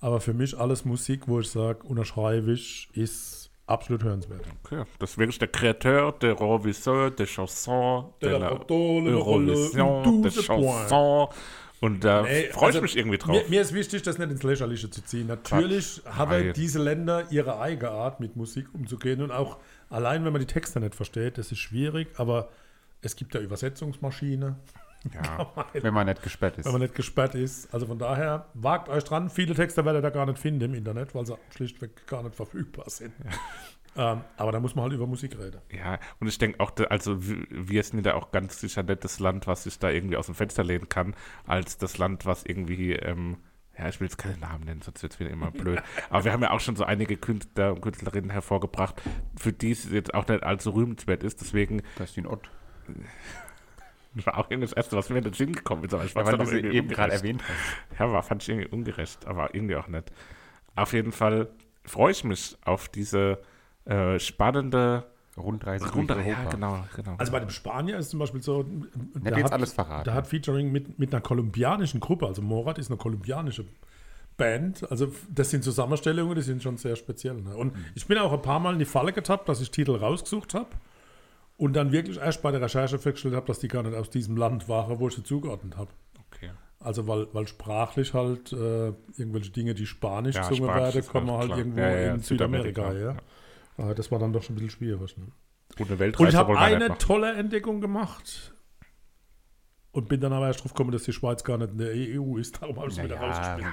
Speaker 2: Aber für mich alles Musik, wo ich sage, unterschreibe ich, ist Absolut hörenswert.
Speaker 1: Okay. Das ist wirklich der Kreateur, der Reviseur, der Chanson,
Speaker 2: De la Parole, le
Speaker 1: Eurovision,
Speaker 2: Rolle,
Speaker 1: der
Speaker 2: douze points.
Speaker 1: Chanson. Und da
Speaker 2: Ey,
Speaker 1: freue ich
Speaker 2: also,
Speaker 1: mich irgendwie drauf.
Speaker 2: Mir, mir ist wichtig, das nicht ins Lächerliche zu ziehen. Natürlich
Speaker 1: Nein.
Speaker 2: haben diese Länder ihre eigene Art, mit Musik umzugehen. Und auch allein, wenn man die Texte nicht versteht, das ist schwierig. Aber es gibt ja Übersetzungsmaschine,
Speaker 1: ja.
Speaker 3: wenn man nicht gesperrt ist.
Speaker 2: wenn man nicht gesperrt ist. Also von daher, wagt euch dran. Viele Texte werdet ihr da gar nicht finden im Internet, weil sie schlichtweg gar nicht verfügbar sind. ähm, aber da muss man halt über Musik reden.
Speaker 1: ja, und ich denke auch, da- also w- wir sind ja auch ganz sicher nicht das Land, was sich da irgendwie aus dem Fenster lehnen kann, als das Land, was irgendwie, ähm, ja, ich will jetzt keine Namen nennen, sonst wird es wieder immer blöd. Aber wir haben ja auch schon so einige Künstler und Künstlerinnen hervorgebracht, für die es jetzt auch nicht allzu rühmenswert ist. Deswegen
Speaker 3: Das ist ein Ott.
Speaker 1: war auch irgendwie das Erste, was mir in den Sinn gekommen ist. Aber ich
Speaker 3: Ja,
Speaker 1: fand's
Speaker 3: weil
Speaker 1: dann
Speaker 3: du
Speaker 1: auch
Speaker 3: sie
Speaker 1: irgendwie
Speaker 3: eben gerade
Speaker 1: ungerecht.
Speaker 3: erwähnt hast.
Speaker 1: Ja, war, fand ich irgendwie ungerecht, aber irgendwie auch nicht. Auf jeden Fall freue ich mich auf diese äh, spannende
Speaker 3: Rundreise durch
Speaker 1: Runde.
Speaker 3: Europa.
Speaker 1: Ja, genau, genau.
Speaker 2: Also bei dem Spanier ist zum Beispiel so. äh, Der
Speaker 3: jetzt alles verraten.
Speaker 2: Der hat Featuring mit, mit einer kolumbianischen Gruppe. Also Morat ist eine kolumbianische Band. Also f- das sind Zusammenstellungen, die sind schon sehr speziell. Ne? Und
Speaker 1: Mhm.
Speaker 2: ich bin auch ein paar Mal in die Falle getappt, dass ich Titel rausgesucht habe. Und dann wirklich erst bei der Recherche festgestellt habe, dass die gar nicht aus diesem Land waren, wo ich sie zugeordnet habe.
Speaker 1: okay.
Speaker 2: Also weil, weil sprachlich halt äh, irgendwelche Dinge, die Spanisch
Speaker 1: Ja,
Speaker 2: gesungen
Speaker 1: Spanisch
Speaker 2: werden,
Speaker 1: ist
Speaker 2: kommen
Speaker 1: halt
Speaker 2: halt
Speaker 1: klar.
Speaker 2: irgendwo
Speaker 1: Ja, ja,
Speaker 2: in
Speaker 1: Südamerika,
Speaker 2: Südamerika. ja. Äh, Das war dann doch schon ein bisschen schwierig. Ne?
Speaker 1: Und eine
Speaker 2: Und
Speaker 1: Weltreise
Speaker 2: ich
Speaker 1: wollen
Speaker 2: habe
Speaker 1: wir nicht
Speaker 2: eine
Speaker 1: machen.
Speaker 2: tolle Entdeckung gemacht. Und bin dann aber erst drauf gekommen, dass die Schweiz gar nicht in der EU ist. Darum habe ich es wieder rausgespielt.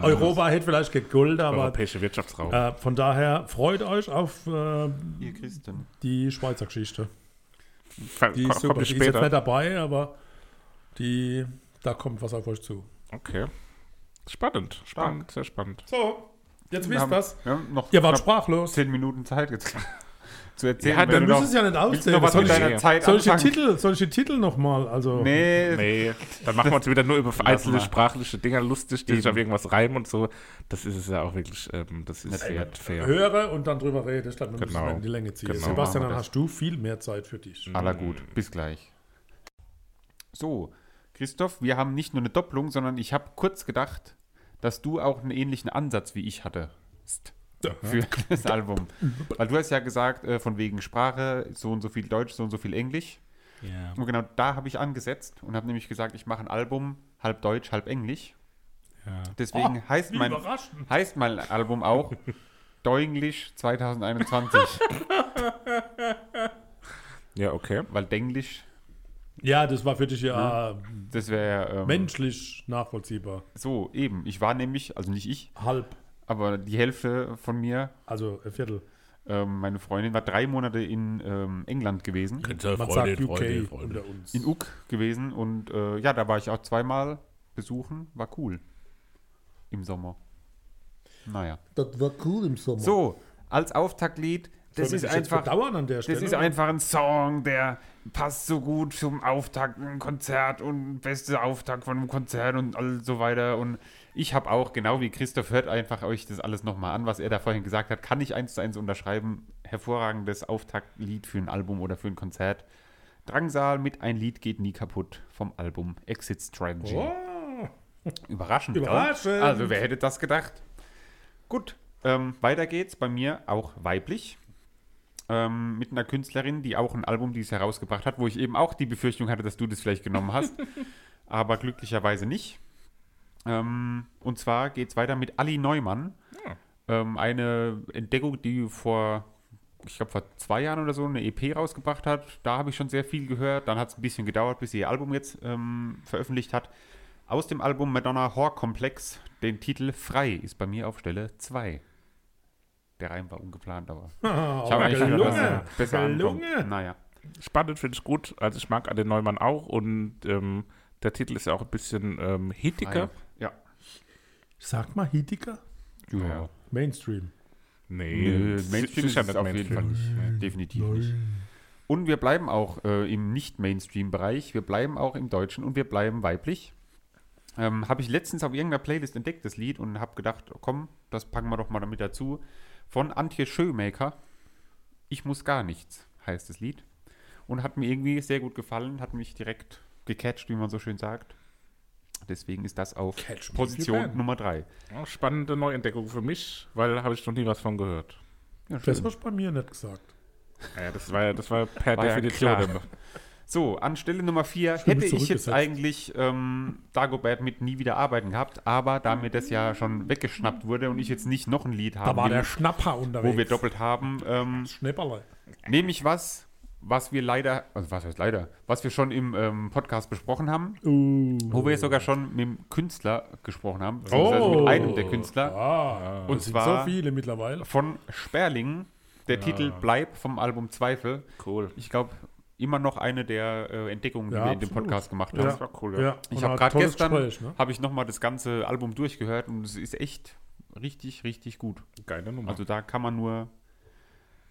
Speaker 2: Europa hätte vielleicht gegolten, aber
Speaker 1: Europäische Wirtschaftsraum.
Speaker 2: äh, von daher freut euch auf äh,
Speaker 3: Ihr Christen.
Speaker 2: die Schweizer Geschichte.
Speaker 1: Ver-
Speaker 2: Die
Speaker 1: kommt
Speaker 2: ist super.
Speaker 1: nicht
Speaker 2: Die ist jetzt
Speaker 1: später.
Speaker 2: nicht dabei, aber die, da kommt was auf euch zu.
Speaker 1: okay. Spannend, spannend, sehr spannend.
Speaker 2: So, jetzt
Speaker 3: Wir
Speaker 2: wisst
Speaker 3: haben,
Speaker 2: das.
Speaker 3: wir haben noch
Speaker 2: Ihr wart
Speaker 3: knapp
Speaker 2: sprachlos.
Speaker 3: 10 Minuten Zeit jetzt zu erzählen.
Speaker 1: Ja,
Speaker 3: wenn
Speaker 1: dann
Speaker 3: du
Speaker 2: Du
Speaker 3: noch-
Speaker 2: müsst es ja nicht
Speaker 3: willst du
Speaker 2: auszählen.
Speaker 3: noch was
Speaker 2: Soll
Speaker 3: mit
Speaker 2: ich,
Speaker 1: solche-
Speaker 3: deiner Zeit
Speaker 2: soll ich die
Speaker 3: anfangen?
Speaker 2: Titel, soll ich die Titel nochmal? Also,
Speaker 3: Nee,
Speaker 1: Nee, dann machen wir uns wieder nur über einzelne
Speaker 3: mal.
Speaker 1: sprachliche Dinger lustig, die sich auf irgendwas reimen und so. Das ist es ja auch wirklich, ähm, das ist
Speaker 3: Nicht
Speaker 1: fair. fair.
Speaker 2: höre und dann drüber rede, statt man
Speaker 1: Genau.
Speaker 2: genau. in die Länge ziehen.
Speaker 1: Genau.
Speaker 2: Sebastian,
Speaker 3: Machen
Speaker 2: dann
Speaker 3: wir
Speaker 2: hast du viel mehr Zeit für dich. Ah.
Speaker 3: Aller gut, bis gleich. So, Christoph, wir haben nicht nur eine Doppelung, sondern ich habe kurz gedacht, dass du auch einen ähnlichen Ansatz wie ich hatte für das Album. Weil du hast ja gesagt, äh, von wegen Sprache, so und so viel Deutsch, so und so viel Englisch. Und genau da habe ich angesetzt und habe nämlich gesagt, ich mache ein Album halb Deutsch, halb Englisch. Deswegen heißt,
Speaker 2: wie
Speaker 3: mein,
Speaker 2: überraschend.
Speaker 3: heißt mein Album auch Deuglisch 2021,
Speaker 1: Ja, okay.
Speaker 3: weil Denglisch,
Speaker 2: Ja, das war für dich ja äh,
Speaker 3: das wäre ähm,
Speaker 2: menschlich nachvollziehbar.
Speaker 3: So, eben. Ich war nämlich, also nicht ich,
Speaker 2: Halb,
Speaker 3: aber die Hälfte von mir,
Speaker 2: also ein Viertel.
Speaker 3: ähm, meine Freundin, war drei Monate in ähm, England gewesen,
Speaker 2: Man sagt UK unter uns.
Speaker 3: in Uck gewesen und äh, ja, da war ich auch zweimal besuchen, war cool. Im Sommer. Naja.
Speaker 2: das war cool im Sommer.
Speaker 3: So, als Auftaktlied, das ist einfach.
Speaker 2: Dauern an der Stelle.
Speaker 3: Das ist einfach ein Song, der passt so gut zum Auftakt, ein Konzert und beste Auftakt von einem Konzert und all so weiter. Und ich habe auch, genau wie Christoph, hört einfach euch das alles nochmal an, was er da vorhin gesagt hat. Kann ich eins zu eins unterschreiben. Hervorragendes Auftaktlied für ein Album oder für ein Konzert. Drangsal mit Ein Lied geht nie kaputt vom Album Exit Strategy.
Speaker 2: Oh,
Speaker 3: Überraschend. gell?
Speaker 2: Überraschend.
Speaker 3: Also, wer hätte das gedacht? Gut, ähm, weiter geht's bei mir auch weiblich. Ähm, mit einer Künstlerin, die auch ein Album dies herausgebracht hat, wo ich eben auch die Befürchtung hatte, dass du das vielleicht genommen hast. aber glücklicherweise nicht. Ähm, und zwar geht's weiter mit Ali Neumann.
Speaker 2: Ah.
Speaker 3: Ähm, eine Entdeckung, die vor, ich glaube, vor zwei Jahren oder so eine EP rausgebracht hat. Da habe ich schon sehr viel gehört. Dann hat es ein bisschen gedauert, bis sie ihr Album jetzt ähm, veröffentlicht hat. Aus dem Album Madonna Horror Komplex, den Titel Frei ist bei mir auf Stelle 2. Der Reim war ungeplant, aber.
Speaker 2: ich
Speaker 3: Ich habe eigentlich gedacht, dass
Speaker 2: Oh, gelungen.
Speaker 3: er besser ankommt.
Speaker 2: Gelungen.
Speaker 3: Naja.
Speaker 1: Spannend finde ich gut. Also ich mag den Neumann auch und ähm, der Titel ist ja auch ein bisschen ähm, hittiger.
Speaker 3: Ja.
Speaker 2: Sag mal Hitiker.
Speaker 3: ja.
Speaker 2: Mainstream.
Speaker 1: Nee,
Speaker 3: Nö,
Speaker 1: si-
Speaker 3: Äh, Mainstream ist
Speaker 1: sicher
Speaker 3: es
Speaker 1: nicht
Speaker 3: auf jeden Fall
Speaker 1: Mainstream.
Speaker 3: nicht. Definitiv nicht. Und wir bleiben auch äh, im Nicht-Mainstream-Bereich. Wir bleiben auch im Deutschen und wir bleiben weiblich. Ähm, habe ich letztens auf irgendeiner Playlist entdeckt, das Lied, und habe gedacht, komm, das packen wir doch mal damit dazu. Von Antje Schömaker. Ich muss gar nichts, heißt das Lied. Und hat mir irgendwie sehr gut gefallen, hat mich direkt gecatcht, wie man so schön sagt. Deswegen ist das auf
Speaker 2: Catch me if you
Speaker 3: Position
Speaker 2: can.
Speaker 3: Nummer 3.
Speaker 1: Spannende Neuentdeckung für mich, weil habe ich noch nie was von gehört.
Speaker 3: Ja,
Speaker 2: Das hast du bei mir nicht gesagt.
Speaker 1: Ja, das war ja das war per
Speaker 3: War ja
Speaker 1: Definition.
Speaker 3: klar.
Speaker 1: immer.
Speaker 3: So, anstelle Nummer 4
Speaker 2: Stimme
Speaker 3: hätte ich jetzt
Speaker 2: zurückgesetzt.
Speaker 3: eigentlich ähm, Dagobert mit nie wieder arbeiten gehabt, aber da mir das ja schon weggeschnappt wurde und ich jetzt nicht noch ein Lied
Speaker 2: Da
Speaker 3: haben
Speaker 2: war
Speaker 3: will,
Speaker 2: der Schnapper unterwegs.
Speaker 3: wo wir doppelt haben, ähm,
Speaker 2: Schnäpperle.
Speaker 3: nehme ich was, was wir leider, also was heißt leider, was wir schon im ähm, Podcast besprochen haben,
Speaker 2: Uh.
Speaker 3: wo wir sogar schon mit dem Künstler gesprochen haben, beziehungsweise
Speaker 2: Oh.
Speaker 3: mit einem der Künstler,
Speaker 2: Ah,
Speaker 3: Und
Speaker 2: das sind
Speaker 3: zwar-
Speaker 2: so viele mittlerweile.
Speaker 3: von Sperling, der Titel Bleib vom Album Zweifel.
Speaker 1: Cool.
Speaker 3: Ich glaube, immer noch eine der äh, Entdeckungen, die
Speaker 2: Ja,
Speaker 3: wir in dem
Speaker 2: absolut.
Speaker 3: Podcast gemacht haben.
Speaker 1: Das war cool, ja.
Speaker 3: Ich
Speaker 2: und
Speaker 3: habe
Speaker 2: ein
Speaker 3: gerade
Speaker 2: tolles
Speaker 3: gestern
Speaker 2: Gespräch, ne?
Speaker 3: habe ich noch mal das ganze Album durchgehört und es ist echt richtig richtig gut.
Speaker 1: Geile Nummer.
Speaker 3: Also da kann man nur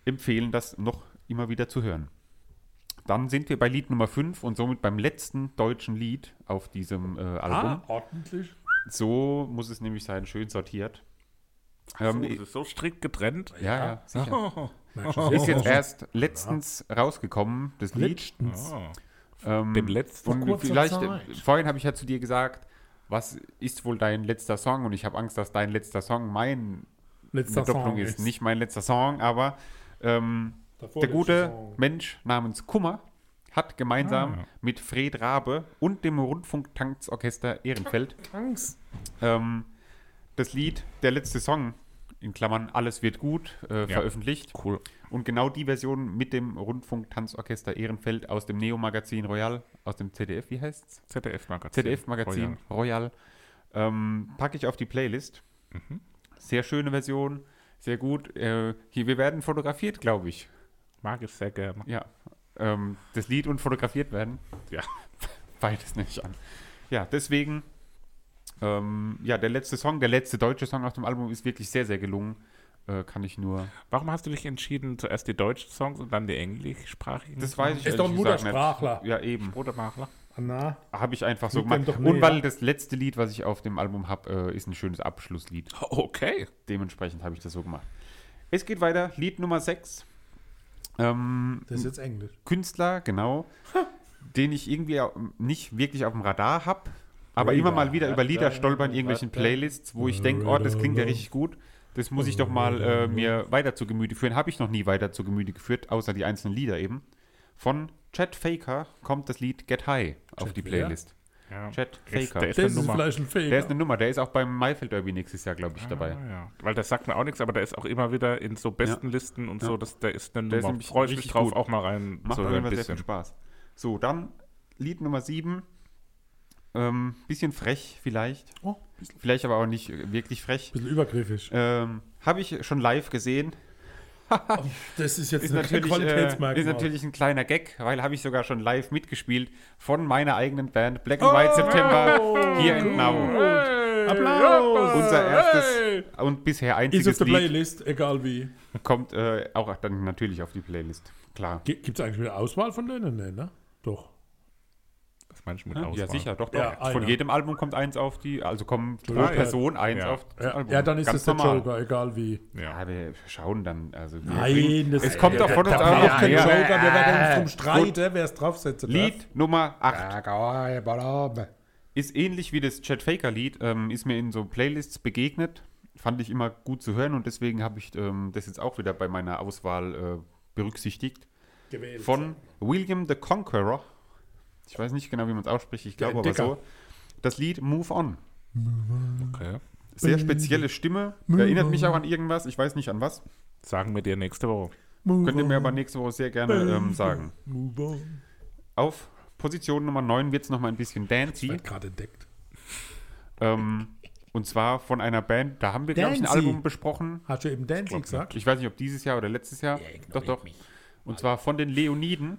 Speaker 3: empfehlen, das noch immer wieder zu hören. Dann sind wir bei Lied Nummer 5 und somit beim letzten deutschen Lied auf diesem äh, Album.
Speaker 2: Ah, ordentlich.
Speaker 3: So muss es nämlich sein, schön sortiert. Ähm,
Speaker 1: so, es ist so strikt getrennt.
Speaker 3: ja, ja, sicher.
Speaker 1: Oh.
Speaker 2: Mensch, das
Speaker 3: Ist jetzt erst letztens rausgekommen, das Lied.
Speaker 2: letztens.
Speaker 1: Ah.
Speaker 3: Ähm,
Speaker 1: Dem letzten.
Speaker 3: Und
Speaker 2: kurzer
Speaker 3: vielleicht,
Speaker 2: Zeit.
Speaker 3: äh, vorhin habe ich ja zu dir gesagt, was ist wohl dein letzter Song? Und ich habe Angst, dass dein letzter Song mein
Speaker 2: Letzter
Speaker 3: Doppelung
Speaker 2: Song
Speaker 3: ist. Nicht mein letzter Song, aber ähm,
Speaker 2: Davor
Speaker 3: der
Speaker 2: letzter
Speaker 3: gute
Speaker 2: Song.
Speaker 3: Mensch namens Kummer hat gemeinsam
Speaker 1: Ah.
Speaker 3: mit Fred Rabe und dem Rundfunk-Tanks-Orchester Ehrenfeld
Speaker 2: Angst.
Speaker 3: ähm, das Lied Der letzte Song, in Klammern Alles wird gut, äh,
Speaker 1: Ja.
Speaker 3: veröffentlicht.
Speaker 1: Cool.
Speaker 3: Und genau die Version mit dem Rundfunk-Tanzorchester Ehrenfeld aus dem Neo-Magazin Royal, aus dem ZDF, wie heißt's?
Speaker 1: ZDF-Magazin. Oh
Speaker 3: ZDF-Magazin Royal, ähm, packe ich auf die Playlist. Sehr schöne Version, sehr gut. Äh, hier, wir werden fotografiert, glaube ich.
Speaker 1: Mag ich sehr gerne.
Speaker 3: Ja. Ähm, das Lied und fotografiert werden.
Speaker 1: Ja.
Speaker 3: Beides nehme ich an. Ja, deswegen, ähm, ja, der letzte Song, der letzte deutsche Song auf dem Album ist wirklich sehr, sehr gelungen. Äh, kann ich nur.
Speaker 1: Warum hast du dich entschieden, zuerst die deutschen Songs und dann die englischsprachigen? Hm.
Speaker 3: Das weiß ich
Speaker 2: Ist doch ein
Speaker 3: ehrlich gesagt
Speaker 2: Muttersprachler.
Speaker 3: nicht. Ja, eben.
Speaker 1: Brotemachler.
Speaker 2: Anna.
Speaker 3: Habe ich einfach so
Speaker 2: Liegt einem
Speaker 3: gemacht.
Speaker 2: doch näher.
Speaker 3: und weil das letzte Lied, was ich auf dem Album habe, äh, ist ein schönes Abschlusslied.
Speaker 1: Okay.
Speaker 3: Dementsprechend habe ich das so gemacht. Es geht weiter. Lied Nummer 6. Ähm,
Speaker 2: Das ist jetzt Englisch.
Speaker 3: Künstler, genau, den ich irgendwie au- nicht wirklich auf dem Radar habe, aber
Speaker 2: Radar,
Speaker 3: immer mal wieder über Lieder
Speaker 1: Radar,
Speaker 3: stolpern in irgendwelchen
Speaker 1: Radar.
Speaker 3: Playlists, wo ich denke, oh, das klingt ja richtig gut. Das muss ich doch mal äh, mir weiter zu Gemüte führen. Habe ich noch nie weiter zu Gemüte geführt, außer die einzelnen Lieder eben. Von Chad Faker kommt das Lied Get High auf
Speaker 2: Chad
Speaker 3: die
Speaker 2: wer?
Speaker 3: Playlist.
Speaker 1: Ja.
Speaker 3: Chad
Speaker 1: Der ist-
Speaker 3: Faker.
Speaker 1: der
Speaker 3: Der
Speaker 1: ist
Speaker 3: ist,
Speaker 1: eine
Speaker 2: Das ist
Speaker 1: Nummer.
Speaker 2: vielleicht ein Fake.
Speaker 3: eine Nummer. Der ist auch beim Mayfield Derby nächstes Jahr, glaube ich, dabei.
Speaker 1: Ah, ja. Weil das sagt mir auch nichts, aber der ist auch immer wieder in so besten Listen und so, dass der ist eine
Speaker 3: Der ist
Speaker 1: Nummer.
Speaker 3: nämlich
Speaker 1: Freue ich mich
Speaker 3: richtig
Speaker 1: drauf,
Speaker 3: gut.
Speaker 1: auch mal rein
Speaker 3: Macht
Speaker 1: zu
Speaker 3: auf
Speaker 1: hören.
Speaker 3: jeden
Speaker 1: Ein
Speaker 3: Fall sehr viel
Speaker 1: bisschen.
Speaker 3: Spaß. So, dann Lied Nummer 7. Ähm, bisschen frech vielleicht.
Speaker 2: Oh, ein bisschen,
Speaker 3: Vielleicht aber auch nicht äh, wirklich frech.
Speaker 2: bisschen übergriffig.
Speaker 3: Ähm, Habe ich schon live gesehen.
Speaker 2: Das ist jetzt
Speaker 3: Ist
Speaker 2: ein
Speaker 3: natürlich, äh,
Speaker 2: Qualitätsmerkmal.
Speaker 3: ist natürlich ein kleiner Gag, weil habe ich sogar schon live mitgespielt von meiner eigenen Band Black
Speaker 2: Oh,
Speaker 3: and White September hier in Nau.
Speaker 2: Applaus!
Speaker 3: Unser erstes und bisher
Speaker 2: Ist auf
Speaker 3: einziges
Speaker 2: der
Speaker 3: Lied
Speaker 2: Playlist, egal wie.
Speaker 3: kommt äh, auch dann natürlich auf die Playlist. Klar.
Speaker 2: Gibt es eigentlich eine Auswahl von denen? Nee, ne? Doch.
Speaker 1: Das meine ich mit
Speaker 3: Ja,
Speaker 1: Auswahl.
Speaker 3: sicher, doch, doch.
Speaker 2: Ja,
Speaker 3: von
Speaker 2: einer.
Speaker 3: jedem Album kommt eins auf die, also kommen pro
Speaker 2: Ah, ja.
Speaker 3: Person eins
Speaker 1: Ja.
Speaker 3: auf das
Speaker 2: Ja,
Speaker 3: Album.
Speaker 2: ja dann ist
Speaker 3: Ganz
Speaker 2: es der
Speaker 3: normal.
Speaker 2: Joker, egal wie.
Speaker 1: Ja.
Speaker 3: Ja, wir schauen dann. Also wir
Speaker 2: Nein,
Speaker 3: bringen-
Speaker 2: das
Speaker 3: es äh, kommt doch von uns
Speaker 2: da braucht
Speaker 3: auch
Speaker 2: kein
Speaker 3: mehr.
Speaker 2: Joker, wir werden uns drum streiten, wer es draufsetzen darf.
Speaker 3: Lied Nummer 8.
Speaker 2: Lied.
Speaker 3: Ist ähnlich wie das Chad Faker Lied, ähm, ist mir in so Playlists begegnet. Fand ich immer gut zu hören und deswegen habe ich ähm, das jetzt auch wieder bei meiner Auswahl äh, berücksichtigt. Von William the Conqueror. Ich weiß nicht genau, wie man es ausspricht, ich
Speaker 2: Der
Speaker 3: glaube aber so.
Speaker 2: Entdecker.
Speaker 3: Das Lied Move On.
Speaker 1: Okay.
Speaker 2: Äh,
Speaker 3: Sehr spezielle Stimme. Erinnert mich auch an irgendwas, ich weiß nicht an was.
Speaker 1: Sagen wir dir nächste Woche.
Speaker 3: Könnt ihr mir aber nächste Woche sehr gerne
Speaker 2: Äh,
Speaker 3: ähm, sagen.
Speaker 2: Move on.
Speaker 3: Auf Position Nummer 9 wird es nochmal ein bisschen dancy.
Speaker 2: Wird gerade entdeckt.
Speaker 3: Ähm, und zwar von einer Band, da haben wir, glaube ich, ein
Speaker 2: Dancy.
Speaker 3: Album besprochen.
Speaker 2: Hast du eben Dancy gesagt?
Speaker 3: Ich weiß nicht, ob dieses Jahr oder letztes Jahr. doch, doch. Und zwar von den Leoniden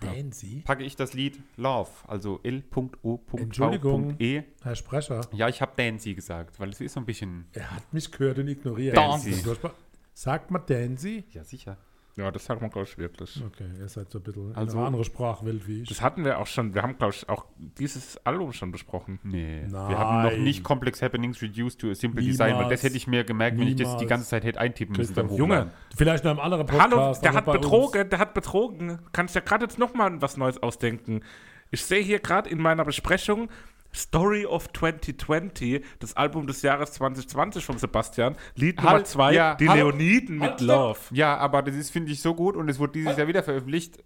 Speaker 2: Dancy?
Speaker 3: packe ich das Lied Love, also
Speaker 2: Entschuldigung.
Speaker 3: l.o.v.e.
Speaker 2: Herr Sprecher,
Speaker 3: Ja, ich habe Dancy gesagt, weil es ist so ein bisschen.
Speaker 2: er hat mich gehört und ignoriert.
Speaker 3: Dancy.
Speaker 2: Das ist furchtbar. Sagt man Dancy?
Speaker 3: Ja, sicher.
Speaker 1: Ja, das sagt man, glaube ich, wirklich.
Speaker 2: Okay, ihr seid so ein bisschen
Speaker 3: Also-
Speaker 2: also, eine andere Sprachwelt wie ich.
Speaker 1: Das hatten wir auch schon. Wir haben, glaube ich, auch dieses Album schon besprochen.
Speaker 3: Nee. Wir
Speaker 2: Nein.
Speaker 3: haben noch nicht Complex Happenings Reduced to a Simple Design, weil das
Speaker 2: Niemals.
Speaker 3: hätte ich mir gemerkt, wenn ich das die
Speaker 2: Niemals.
Speaker 3: ganze Zeit hätte eintippen müssen.
Speaker 2: Christoph,
Speaker 3: beim Hochladen.
Speaker 1: Junge,
Speaker 2: Vielleicht noch im anderen Podcast.
Speaker 1: hallo, der
Speaker 2: aber
Speaker 1: hat
Speaker 2: bei uns-
Speaker 1: betrogen, der hat betrogen. Kannst ja gerade jetzt nochmal was Neues ausdenken. Ich sehe hier gerade in meiner Besprechung Story of 2020, das Album des Jahres 2020 von Sebastian, Lied
Speaker 3: Halt,
Speaker 1: Nummer 2,
Speaker 3: ja,
Speaker 1: Die
Speaker 3: halt,
Speaker 1: Leoniden mit
Speaker 2: halt, stopp.
Speaker 1: Love.
Speaker 3: Ja, aber das ist, finde ich, so gut und es wurde dieses Jahr wieder veröffentlicht.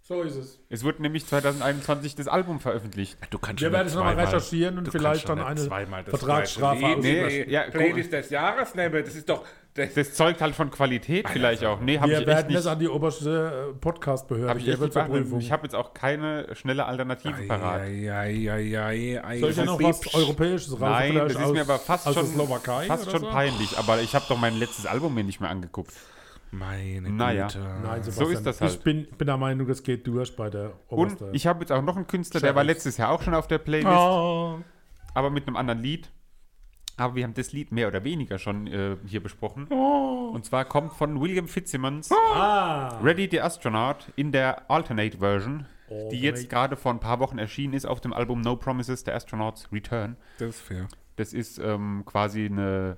Speaker 2: So ist es.
Speaker 3: Es wurde nämlich 2021 das Album veröffentlicht.
Speaker 1: Du kannst
Speaker 2: Wir
Speaker 1: schon
Speaker 2: werden
Speaker 1: nicht
Speaker 2: es nochmal
Speaker 1: zweimal-
Speaker 2: recherchieren und
Speaker 1: du
Speaker 2: vielleicht
Speaker 1: kannst schon
Speaker 2: dann
Speaker 1: nicht
Speaker 2: eine
Speaker 1: zweimal das
Speaker 2: Vertragsstrafe
Speaker 1: Gleiche. Nee,
Speaker 2: ausübrechen.
Speaker 3: nee, ja, guck mal.
Speaker 1: Playlist des Jahres nehmen, das ist doch. Das
Speaker 3: Das zeugt halt von Qualität vielleicht auch. Nee, habe ich
Speaker 2: Wir
Speaker 3: echt
Speaker 2: werden es
Speaker 3: nicht.
Speaker 2: an die oberste äh,
Speaker 3: Hab
Speaker 2: Podcast-Behörde
Speaker 3: ich echt
Speaker 2: geben
Speaker 3: nicht
Speaker 2: zur
Speaker 3: beachtet.
Speaker 2: Prüfung.
Speaker 3: ich habe jetzt auch keine schnelle Alternative parat.
Speaker 2: Soll ich ja noch was Europäisches raus?
Speaker 3: Nein,
Speaker 2: vielleicht
Speaker 3: das ist
Speaker 2: aus-
Speaker 3: mir aber fast
Speaker 2: aus der
Speaker 3: schon,
Speaker 2: Slowakei
Speaker 3: fast
Speaker 2: oder
Speaker 3: schon
Speaker 2: so?
Speaker 3: peinlich. Aber ich habe doch mein letztes Album mir nicht mehr angeguckt.
Speaker 1: Meine
Speaker 3: Naja.
Speaker 1: Güte.
Speaker 2: Nein,
Speaker 3: So
Speaker 2: Sebastian,
Speaker 3: ist das halt.
Speaker 2: Ich bin, bin der Meinung, das geht durch bei der
Speaker 3: Und
Speaker 2: obersten.
Speaker 3: ich habe jetzt auch noch einen Künstler, der war letztes Jahr auch schon auf
Speaker 2: Ah,
Speaker 3: der Playlist,
Speaker 1: Oh.
Speaker 3: aber mit einem anderen Lied. Aber wir haben das Lied mehr oder weniger schon äh, hier besprochen. Und zwar kommt von William Fitzsimmons
Speaker 2: ah,
Speaker 3: Ready the Astronaut in der Alternate Version, die jetzt gerade vor ein paar Wochen erschienen ist auf dem Album No Promises der Astronauts Return.
Speaker 1: Das ist fair.
Speaker 3: Das ist ähm, quasi eine,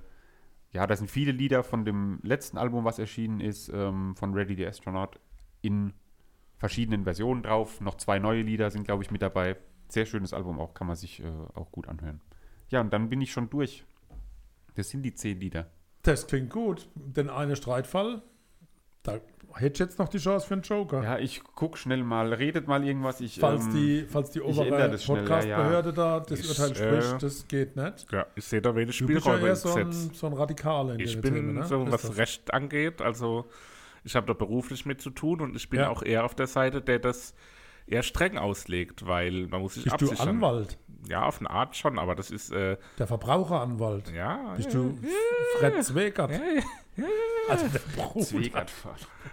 Speaker 3: ja, da sind viele Lieder von dem letzten Album, was erschienen ist, ähm, von Ready the Astronaut in verschiedenen Versionen drauf. Noch zwei neue Lieder sind, glaube ich, mit dabei. Sehr schönes Album auch, kann man sich äh, auch gut anhören. Ja, und dann bin ich schon durch. Das sind die zehn Lieder.
Speaker 2: das klingt gut. Denn eine Streitfall, da hätte ich jetzt noch die Chance für einen Joker.
Speaker 3: Ja, ich guck schnell mal, redet mal irgendwas. Ich,
Speaker 2: Falls,
Speaker 3: ähm,
Speaker 2: die, falls die
Speaker 3: ändere
Speaker 2: obere
Speaker 3: das schnell, ja,
Speaker 2: Podcast-Behörde da das
Speaker 1: Ich,
Speaker 2: Urteil
Speaker 1: äh,
Speaker 2: spricht, das geht nicht.
Speaker 1: Ja, ich sehe da wenig
Speaker 2: Du bist ja
Speaker 1: Spielräume
Speaker 2: eher
Speaker 1: im
Speaker 2: so ein,
Speaker 1: Gesetz.
Speaker 2: so ein Radikaler in
Speaker 1: Ich
Speaker 2: den
Speaker 1: bin
Speaker 2: Themen, ne?
Speaker 1: so,
Speaker 2: Ist
Speaker 1: was
Speaker 2: das-
Speaker 1: Recht angeht, also ich habe da beruflich mit zu tun und ich bin
Speaker 2: Ja.
Speaker 1: auch eher auf der Seite, der das eher streng auslegt, weil man muss sich
Speaker 2: Bist du
Speaker 1: absichern.
Speaker 2: Anwalt?
Speaker 1: Ja, auf eine Art schon, aber das ist, äh,
Speaker 2: Der Verbraucheranwalt?
Speaker 1: ja,
Speaker 2: Bist du Fred Zwegert? Also der Bruder.
Speaker 3: Zwegert.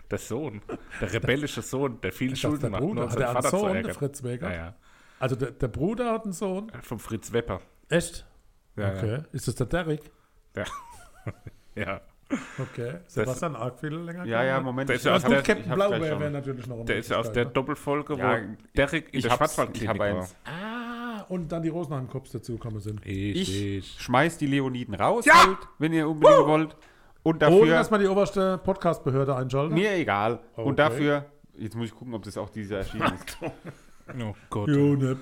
Speaker 1: der Sohn, der rebellische Sohn, der viel
Speaker 2: Das ist
Speaker 1: Schulden
Speaker 2: der
Speaker 1: macht, nur
Speaker 2: Bruder.
Speaker 1: um
Speaker 2: Hat
Speaker 1: seinen
Speaker 2: er einen
Speaker 1: Vater zu
Speaker 2: Sohn, der
Speaker 1: ärgern.
Speaker 2: Fritz Zwegert?
Speaker 1: Ja, ja,
Speaker 2: Also der, der Bruder hat einen Sohn?
Speaker 1: vom Fritz Wepper.
Speaker 2: Echt?
Speaker 1: Ja,
Speaker 2: okay. Ist das der Derrick?
Speaker 1: ja. ja. ja.
Speaker 2: Okay. Sebastian arg viel länger.
Speaker 3: Ja, ja, Moment.
Speaker 1: Der
Speaker 3: ich-
Speaker 1: ist ja
Speaker 3: ich
Speaker 1: aus
Speaker 3: hab-
Speaker 1: der-
Speaker 2: Und Captain
Speaker 3: ich hab's gleich
Speaker 2: Blaubeer
Speaker 3: schon.
Speaker 2: wäre natürlich noch ein
Speaker 1: Der ist ja aus der Doppelfolge,
Speaker 3: Ja,
Speaker 1: wo Derek in
Speaker 3: Ich
Speaker 1: der
Speaker 3: hab's, ich
Speaker 1: Schwarzwaldklinik
Speaker 3: hab
Speaker 1: war.
Speaker 3: eins.
Speaker 2: Ah, und dann die Rosenheim-Cops dazugekommen sind.
Speaker 3: Ich schmeiß die Leoniden raus,
Speaker 1: Ja!
Speaker 3: halt, wenn ihr unbedingt wollt. Und dafür.
Speaker 2: Ohne, dass man die oberste Podcast-Behörde einschalten.
Speaker 3: Mir egal.
Speaker 2: Okay.
Speaker 3: Und dafür, jetzt muss ich gucken, ob das auch dieses Jahr erschienen ist.
Speaker 1: Oh Gott.
Speaker 2: June.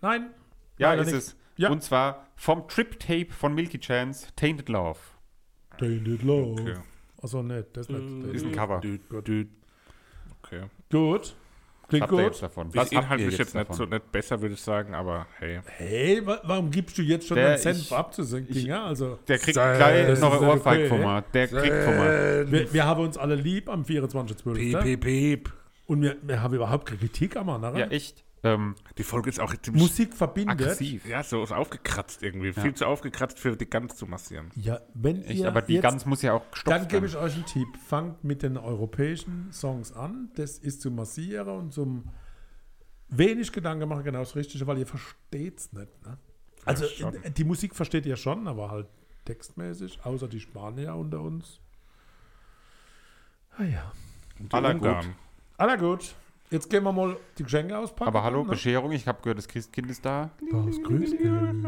Speaker 2: Nein.
Speaker 3: Ja,
Speaker 2: Leider
Speaker 3: ist
Speaker 2: nicht.
Speaker 3: es.
Speaker 2: Ja.
Speaker 3: Und zwar vom Trip-Tape von Milky Chance, Tainted Love.
Speaker 2: Tainted Love. Äh,
Speaker 1: Okay.
Speaker 2: Achso, nee, das nicht.
Speaker 3: Ist ein Cover.
Speaker 1: Dü, dü. Okay.
Speaker 2: Gut.
Speaker 3: Was
Speaker 2: Klingt
Speaker 3: habt ihr
Speaker 2: gut.
Speaker 3: jetzt davon?
Speaker 1: Ist
Speaker 3: habt ihr
Speaker 1: inhaltlich jetzt nicht,
Speaker 3: davon?
Speaker 1: so, nicht besser, würde ich sagen, aber hey.
Speaker 2: Hey, wa- warum gibst du jetzt schon
Speaker 3: Der-
Speaker 2: einen Cent
Speaker 3: ich-
Speaker 2: abzusenken?
Speaker 3: ich-
Speaker 2: ja, also.
Speaker 3: Der kriegt
Speaker 2: Cent.
Speaker 3: gleich
Speaker 2: Das
Speaker 3: noch
Speaker 2: ist
Speaker 3: ein
Speaker 2: nicht
Speaker 3: Ohrfeig
Speaker 2: okay.
Speaker 3: von mir. Der kriegt von mir.
Speaker 2: Wir, wir haben uns alle lieb am 24.12.
Speaker 1: piep, piep.
Speaker 2: Und wir, wir haben überhaupt keine Kritik am anderen.
Speaker 3: Ja, echt. Ähm,
Speaker 1: Die Folge ist auch ziemlich
Speaker 2: Musik verbindet.
Speaker 3: aggressiv.
Speaker 1: Ja, so ist aufgekratzt irgendwie. Viel zu aufgekratzt für die Gans zu massieren.
Speaker 2: Ja, wenn
Speaker 3: Echt,
Speaker 2: ihr
Speaker 3: aber die
Speaker 2: jetzt,
Speaker 3: Gans muss ja auch gestopft
Speaker 2: dann gebe ich euch einen Tipp. Fangt mit den europäischen Songs an. Das ist zum Massieren und zum wenig Gedanken machen genau das Richtige, weil ihr versteht es nicht. Ne? Also
Speaker 1: schon.
Speaker 2: äh, die Musik versteht ihr schon, aber halt textmäßig, außer die Spanier unter uns. Ah ja.
Speaker 1: Und
Speaker 3: Aller
Speaker 1: Ungarn.
Speaker 2: Aller gut. Jetzt gehen wir mal die Geschenke auspacken.
Speaker 3: Aber hallo,
Speaker 2: ne?
Speaker 3: Bescherung, ich habe gehört, das Christkind ist da.
Speaker 2: Das Grüßkind.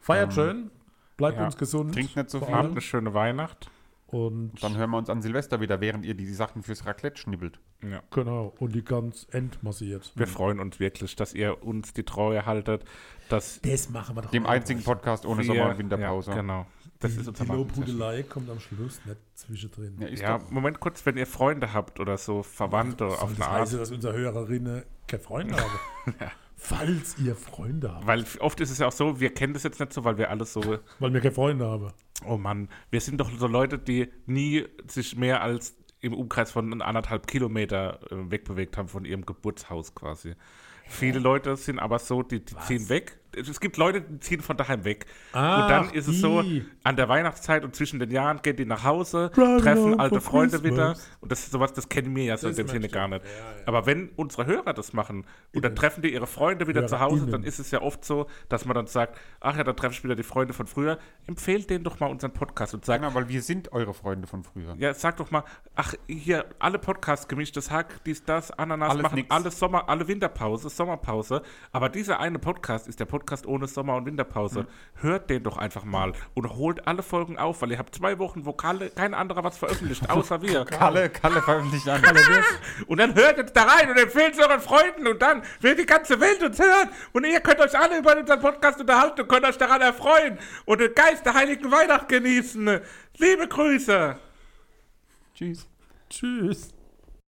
Speaker 2: Feiert schön. Bleibt
Speaker 1: ja.
Speaker 2: uns gesund.
Speaker 3: Trinkt nicht so
Speaker 2: Vor
Speaker 1: Habt
Speaker 3: viel.
Speaker 2: allem.
Speaker 1: eine schöne Weihnacht.
Speaker 2: Und
Speaker 3: Dann hören wir uns an Silvester wieder, während ihr die Sachen fürs Raclette schnibbelt.
Speaker 1: Ja.
Speaker 2: Genau, und die ganz entmassiert.
Speaker 1: Wir freuen uns wirklich, dass ihr uns die Treue haltet, dass
Speaker 2: Das machen wir doch.
Speaker 3: Dem einzigen Podcast ohne
Speaker 1: wir-
Speaker 3: Sommer- und Winterpause.
Speaker 1: Ja, genau. Das
Speaker 2: Die,
Speaker 1: ist
Speaker 2: die
Speaker 1: unser Markenzeichen.
Speaker 2: Lobhudelei kommt am Schluss nicht zwischendrin.
Speaker 3: Ja, ist
Speaker 1: Ja,
Speaker 3: doch-
Speaker 1: Moment kurz, wenn ihr Freunde habt oder so, Verwandte auf
Speaker 2: Soll
Speaker 1: eine
Speaker 2: das
Speaker 1: Art.
Speaker 2: heißen, dass unsere Hörerinnen keine Freunde haben? Falls ihr Freunde habt.
Speaker 1: Weil oft ist es ja auch so, wir kennen das jetzt nicht so, weil wir alles so,
Speaker 2: Weil wir keine Freunde haben.
Speaker 1: oh Mann, wir sind doch so Leute, die nie sich mehr als im Umkreis von anderthalb Kilometer äh, wegbewegt haben von ihrem Geburtshaus quasi. Viele Leute sind aber so, die, die ziehen weg. Es gibt Leute, die ziehen von daheim weg.
Speaker 2: Ach,
Speaker 1: und dann ist es so,
Speaker 2: die.
Speaker 1: an der Weihnachtszeit und zwischen den Jahren gehen die nach Hause,
Speaker 2: Driving home
Speaker 1: treffen
Speaker 2: for
Speaker 1: alte Freunde
Speaker 2: Christmas.
Speaker 1: wieder. Und das ist sowas, das kennen wir ja so in
Speaker 2: Das
Speaker 1: dem Sinne
Speaker 2: möchte
Speaker 1: gar nicht. Aber wenn unsere Hörer das machen und dann treffen die ihre Freunde wieder zu Hause,
Speaker 2: Hörerinnen.
Speaker 1: dann ist es ja oft so, dass man dann sagt, ach ja, da treffe ich wieder die Freunde von früher. Empfehlt denen doch mal unseren Podcast und sagt,
Speaker 3: Genau, weil wir sind eure Freunde von früher.
Speaker 1: ja, sag doch mal, ach, hier, alle Podcasts, gemischtes Hack, dies, das, Ananas,
Speaker 3: Alles
Speaker 1: machen
Speaker 3: nix.
Speaker 1: alle Sommer, alle Winterpause, Sommerpause. Aber dieser eine Podcast ist der Podcast ohne Sommer- und
Speaker 3: Hm.
Speaker 1: Winterpause. Hört den doch einfach mal und holt alle Folgen auf, weil ihr habt zwei Wochen, wo Kalle, kein anderer was veröffentlicht, außer wir.
Speaker 3: Kalle, Kalle veröffentlicht an.
Speaker 1: Und dann hört jetzt da rein und empfehlt es euren Freunden und dann wird die ganze Welt uns hören. Und ihr könnt euch alle über unseren Podcast unterhalten und könnt euch daran erfreuen und den Geist der Heiligen Weihnacht genießen. Liebe Grüße.
Speaker 3: Tschüss.
Speaker 2: Tschüss.